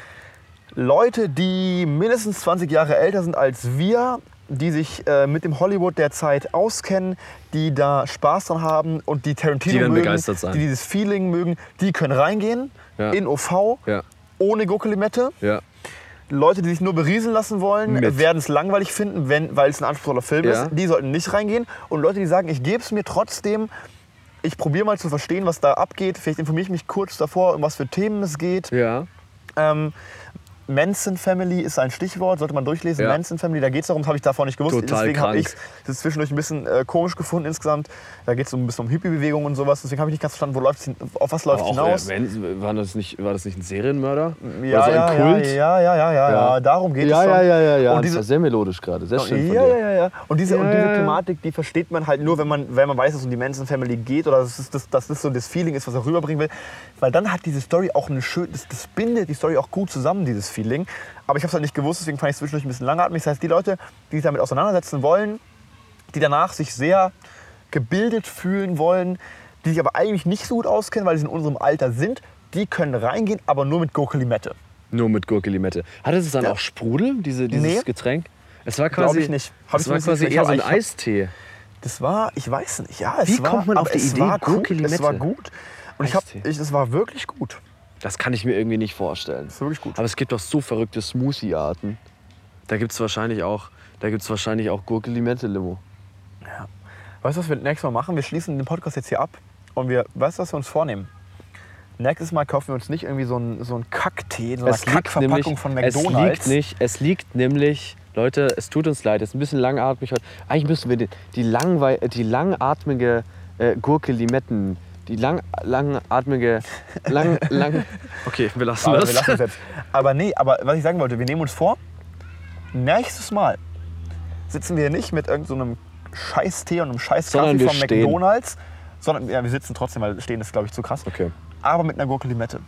B: Leute, die mindestens 20 Jahre älter sind als wir, die sich äh, mit dem Hollywood der Zeit auskennen, die da Spaß dran haben und die Tarantino
A: Die werden
B: mögen,
A: begeistert sein.
B: die dieses Feeling mögen, die können reingehen
A: Ja.
B: in OV
A: Ja,
B: ohne Gurkelimette.
A: ja.
B: Leute, die sich nur berieseln lassen wollen,
A: Mit.
B: werden es langweilig finden, wenn, weil es ein anspruchsvoller Film
A: Ja.
B: ist. Die sollten nicht reingehen. Und Leute, die sagen, ich gebe es mir trotzdem, ich probiere mal zu verstehen, was da abgeht. Vielleicht informiere ich mich kurz davor, um was für Themen es geht.
A: Ja,
B: Ähm, Manson Family ist ein Stichwort, sollte man durchlesen.
A: Ja.
B: Manson Family, da geht es darum, das habe ich davor nicht gewusst.
A: Total
B: deswegen habe ich
A: krank.
B: es zwischendurch ein bisschen äh, komisch gefunden insgesamt. Da geht es um ein bisschen um Hippie-Bewegung und sowas. Deswegen habe ich nicht ganz verstanden, wo läuft's hin, auf was läuft
A: aber
B: es
A: auch, äh,
B: hinaus.
A: wenn, war, das nicht, war das nicht ein Serienmörder?
B: ja,
A: War so ein
B: ja, ja,
A: Kult?
B: ja, ja, ja, ja,
A: Ja.
B: ja, darum geht es
A: ja,
B: schon.
A: ja, ja, ja, ja.
B: Und
A: das
B: diese-
A: war sehr melodisch gerade. Sehr schön von
B: ja,
A: dir.
B: ja, ja, ja. Und diese,
A: Ja,
B: und diese
A: ja, ja.
B: Thematik, die versteht man halt nur, wenn man, wenn man weiß, dass es um die Manson Family geht oder dass es das, dass das so das Feeling ist, was er rüberbringen will. Weil dann hat diese Story auch eine schöne, das, das bindet die Story auch gut zusammen, dieses Feeling. Aber ich habe es halt nicht gewusst, deswegen fand ich es zwischendurch ein bisschen langatmig. Das heißt, die Leute, die sich damit auseinandersetzen wollen, die danach sich sehr gebildet fühlen wollen, die sich aber eigentlich nicht so gut auskennen, weil sie in unserem Alter sind, die können reingehen, aber nur mit Gurke Limette.
A: Nur mit Gurke-Limette. Hatte es dann
B: Ja.
A: auch Sprudel, diese, dieses
B: Nee.
A: Getränk? Es war
B: Glaub
A: quasi,
B: ich nicht. Hab
A: Es
B: ich
A: war
B: zumindest
A: quasi
B: nicht. Ich
A: eher
B: hab-
A: so ein
B: ich hab-
A: Eistee.
B: Das war, ich weiß nicht, ja, es
A: Wie
B: war,
A: kommt man auf
B: aber
A: die
B: es
A: Idee,
B: war
A: Gurke
B: gut, es war
A: Limette?
B: gut. Und ich hab,
A: Eistee.
B: ich, es war wirklich gut.
A: Das kann ich mir irgendwie nicht vorstellen.
B: ist wirklich gut.
A: Aber es gibt doch so verrückte Smoothie-Arten. Da gibt es wahrscheinlich auch, da gibt's wahrscheinlich auch Gurke-Limette-Limo.
B: Weißt du, was wir nächstes Mal machen? Wir schließen den Podcast jetzt hier ab und wir, weißt du, was wir uns vornehmen? Nächstes Mal kaufen wir uns nicht irgendwie so einen, so einen Kacktee, in so einer Kackverpackung von
A: Es liegt
B: McDonalds.
A: nicht, es liegt nämlich, Leute, es tut uns leid, es ist ein bisschen langatmig heute. Eigentlich müssen wir die, die, langwei- die langatmige äh, Gurke-Limetten Die lang, langatmige, lang, lang. Okay, wir lassen
B: Aber
A: das.
B: wir lassen es jetzt. Aber nee, aber was ich sagen wollte, wir nehmen uns vor, nächstes Mal sitzen wir nicht mit irgendeinem so scheiß Tee und einem scheiß Kaffee
A: Sondern wir
B: vom
A: stehen.
B: McDonalds, sondern ja, wir sitzen trotzdem, weil stehen ist, glaube ich, zu krass.
A: Okay.
B: Aber mit einer Gurke Limette.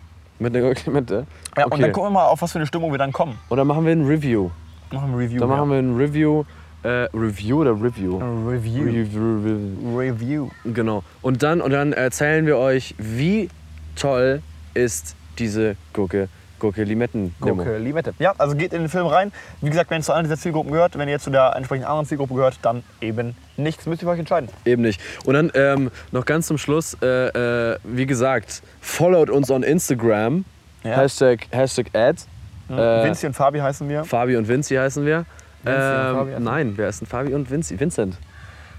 A: Mit der okay, mit der.
B: Ja,
A: okay.
B: Und dann gucken wir mal, auf was für eine Stimmung wir dann kommen.
A: Und dann machen wir ein Review.
B: Machen wir ein Review.
A: Dann
B: ja.
A: machen wir ein Review. Äh, Review oder Review?
B: Ein Review.
A: Review. Review.
B: Review.
A: Genau. Und dann, und dann erzählen wir euch, wie toll ist diese Gurke, Gurke Limetten.
B: Gurke Limette. Ja, also geht in den Film rein. Wie gesagt, wenn es zu einer dieser Zielgruppen gehört, wenn ihr zu der entsprechenden anderen Zielgruppe gehört, dann eben nichts. Müsst ihr für euch entscheiden.
A: Eben nicht. Und dann ähm, noch ganz zum Schluss, äh, äh, wie gesagt, followt uns on Instagram.
B: Ja.
A: Hashtag, Hashtag Ad. Äh,
B: Vinci und Fabi heißen wir.
A: Fabi und Vinci heißen wir.
B: Vinci und Fabi
A: Ähm,
B: heißen
A: nein, wer ist denn Fabi und Vinci? Vincent.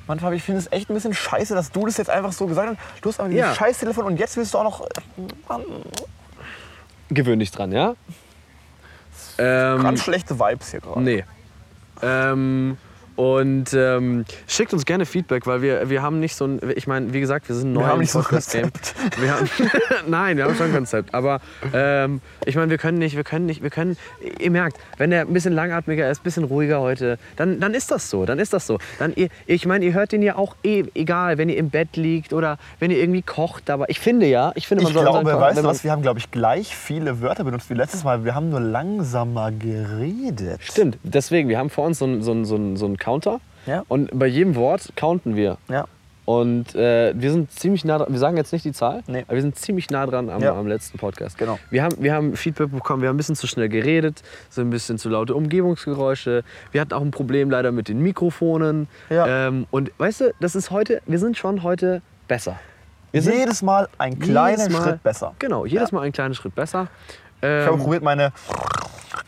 B: Mann, Fabi, ich finde es echt ein bisschen scheiße, dass du das jetzt einfach so gesagt hast. Du hast aber dieses
A: Ja.
B: scheiß Telefon und jetzt willst du auch noch. Mann,
A: Gewöhn dich dran, ja? Ähm,
B: ganz schlechte Vibes hier gerade.
A: Nee. Ähm, und ähm, schickt uns gerne Feedback, weil wir, wir haben nicht so ein. Ich meine, wie gesagt, wir sind neu
B: haben
A: im
B: nicht so ein
A: Podcast-Game. Wir haben, nein, wir haben schon ein Konzept. Aber ähm, ich meine, wir können nicht, wir können nicht, wir können. Ihr merkt, wenn der ein bisschen langatmiger ist, ein bisschen ruhiger heute, dann, dann ist das so. Dann ist das so. Dann, ihr, ich meine, ihr hört den ja auch eh, egal, wenn ihr im Bett liegt oder wenn ihr irgendwie kocht. Aber ich finde ja, ich finde, man
B: Ich
A: soll unseren
B: glaube,
A: Kon-
B: weißt
A: wenn
B: du
A: man-
B: was? Wir haben, glaube ich, gleich viele Wörter benutzt wie letztes Mal. Wir haben nur langsamer geredet.
A: Stimmt, deswegen, wir haben vor uns so einen so einen- so einen- so einen Counter.
B: Ja.
A: Und bei jedem Wort counten wir.
B: Ja.
A: Und äh, wir sind ziemlich nah dran, wir sagen jetzt nicht die Zahl,
B: Nee.
A: aber wir sind ziemlich nah dran am,
B: Ja.
A: am letzten Podcast.
B: Genau.
A: Wir haben, wir haben Feedback bekommen, wir haben ein bisschen zu schnell geredet, so ein bisschen zu laute Umgebungsgeräusche. Wir hatten auch ein Problem leider mit den Mikrofonen.
B: Ja.
A: Ähm, und weißt du, das ist heute, wir sind schon heute besser. Wir sind
B: Jedes Mal ein kleiner
A: jedes Mal-
B: Schritt besser.
A: Genau, jedes Mal einen kleinen Schritt besser.
B: Ich habe
A: Ähm,
B: probiert, meine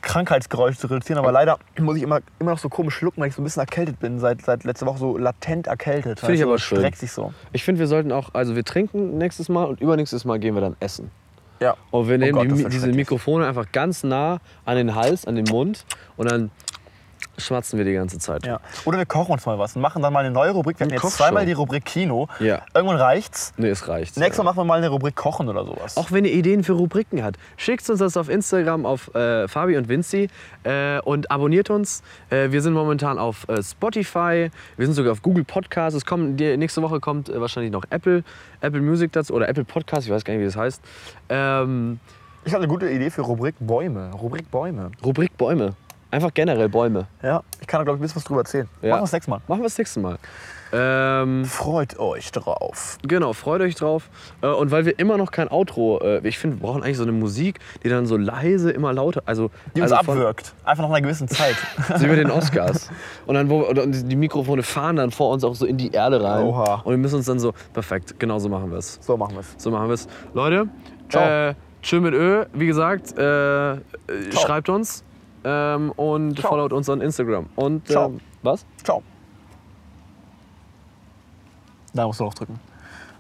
B: Krankheitsgeräusche zu reduzieren, aber leider muss ich immer, immer noch so komisch schlucken, weil ich so ein bisschen erkältet bin. Seit, seit letzter Woche so latent erkältet.
A: Finde ich
B: Weißt du,
A: aber
B: das
A: schön.
B: Streckt sich so.
A: ich finde, wir sollten auch, also wir trinken nächstes Mal und übernächstes Mal gehen wir dann essen.
B: Ja.
A: Und Oh, wir nehmen
B: Oh Gott, das
A: die, Mi-
B: wird
A: diese
B: schrecklich.
A: Mikrofone einfach ganz nah an den Hals, an den Mund und dann schmatzen wir die ganze Zeit.
B: Ja. Oder wir kochen uns mal was und machen dann mal eine neue Rubrik. Wir hatten
A: Eine
B: jetzt
A: Kochshow.
B: zweimal die Rubrik Kino.
A: Ja.
B: Irgendwann reicht's.
A: Nee, es reicht.
B: Nächstes Mal machen wir mal eine Rubrik Kochen oder sowas.
A: Auch wenn ihr Ideen für Rubriken habt, schickt uns das auf Instagram auf äh, Fabi und Vinci äh, und abonniert uns. Äh, wir sind momentan auf äh, Spotify, wir sind sogar auf Google Podcasts. Es kommen, die, nächste Woche kommt äh, wahrscheinlich noch Apple, Apple Music dazu oder Apple Podcast, ich weiß gar nicht, wie das heißt. Ähm,
B: Ich habe eine gute Idee für Rubrik Bäume. Rubrik Bäume.
A: Rubrik Bäume. Einfach generell Bäume.
B: Ja, ich kann da, glaube ich, ein bisschen was drüber erzählen.
A: Ja.
B: Machen wir es nächstes Mal.
A: Machen wir das nächste Mal. Ähm,
B: Freut euch drauf.
A: Genau, freut euch drauf. Äh, Und weil wir immer noch kein Outro, äh, ich finde, wir brauchen eigentlich so eine Musik, die dann so leise immer lauter, also
B: Die uns
A: also von-
B: abwirkt. Einfach nach einer gewissen Zeit.
A: so wie bei den Oscars. Und dann wo, oder- und die Mikrofone fahren dann vor uns auch so in die Erde rein.
B: Oha.
A: Und wir müssen uns dann so perfekt, genau so machen wir es.
B: so machen wir es.
A: So machen wir es. Leute,
B: Ciao.
A: äh, tschö mit Ö, wie gesagt, äh, äh, schreibt uns ähm, und
B: Ciao.
A: followt uns an Instagram. Und
B: Ciao.
A: ähm, was?
B: Ciao. Da musst du draufdrücken.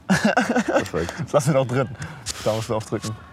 A: Perfekt.
B: Das lassen wir noch drin. Da musst du draufdrücken.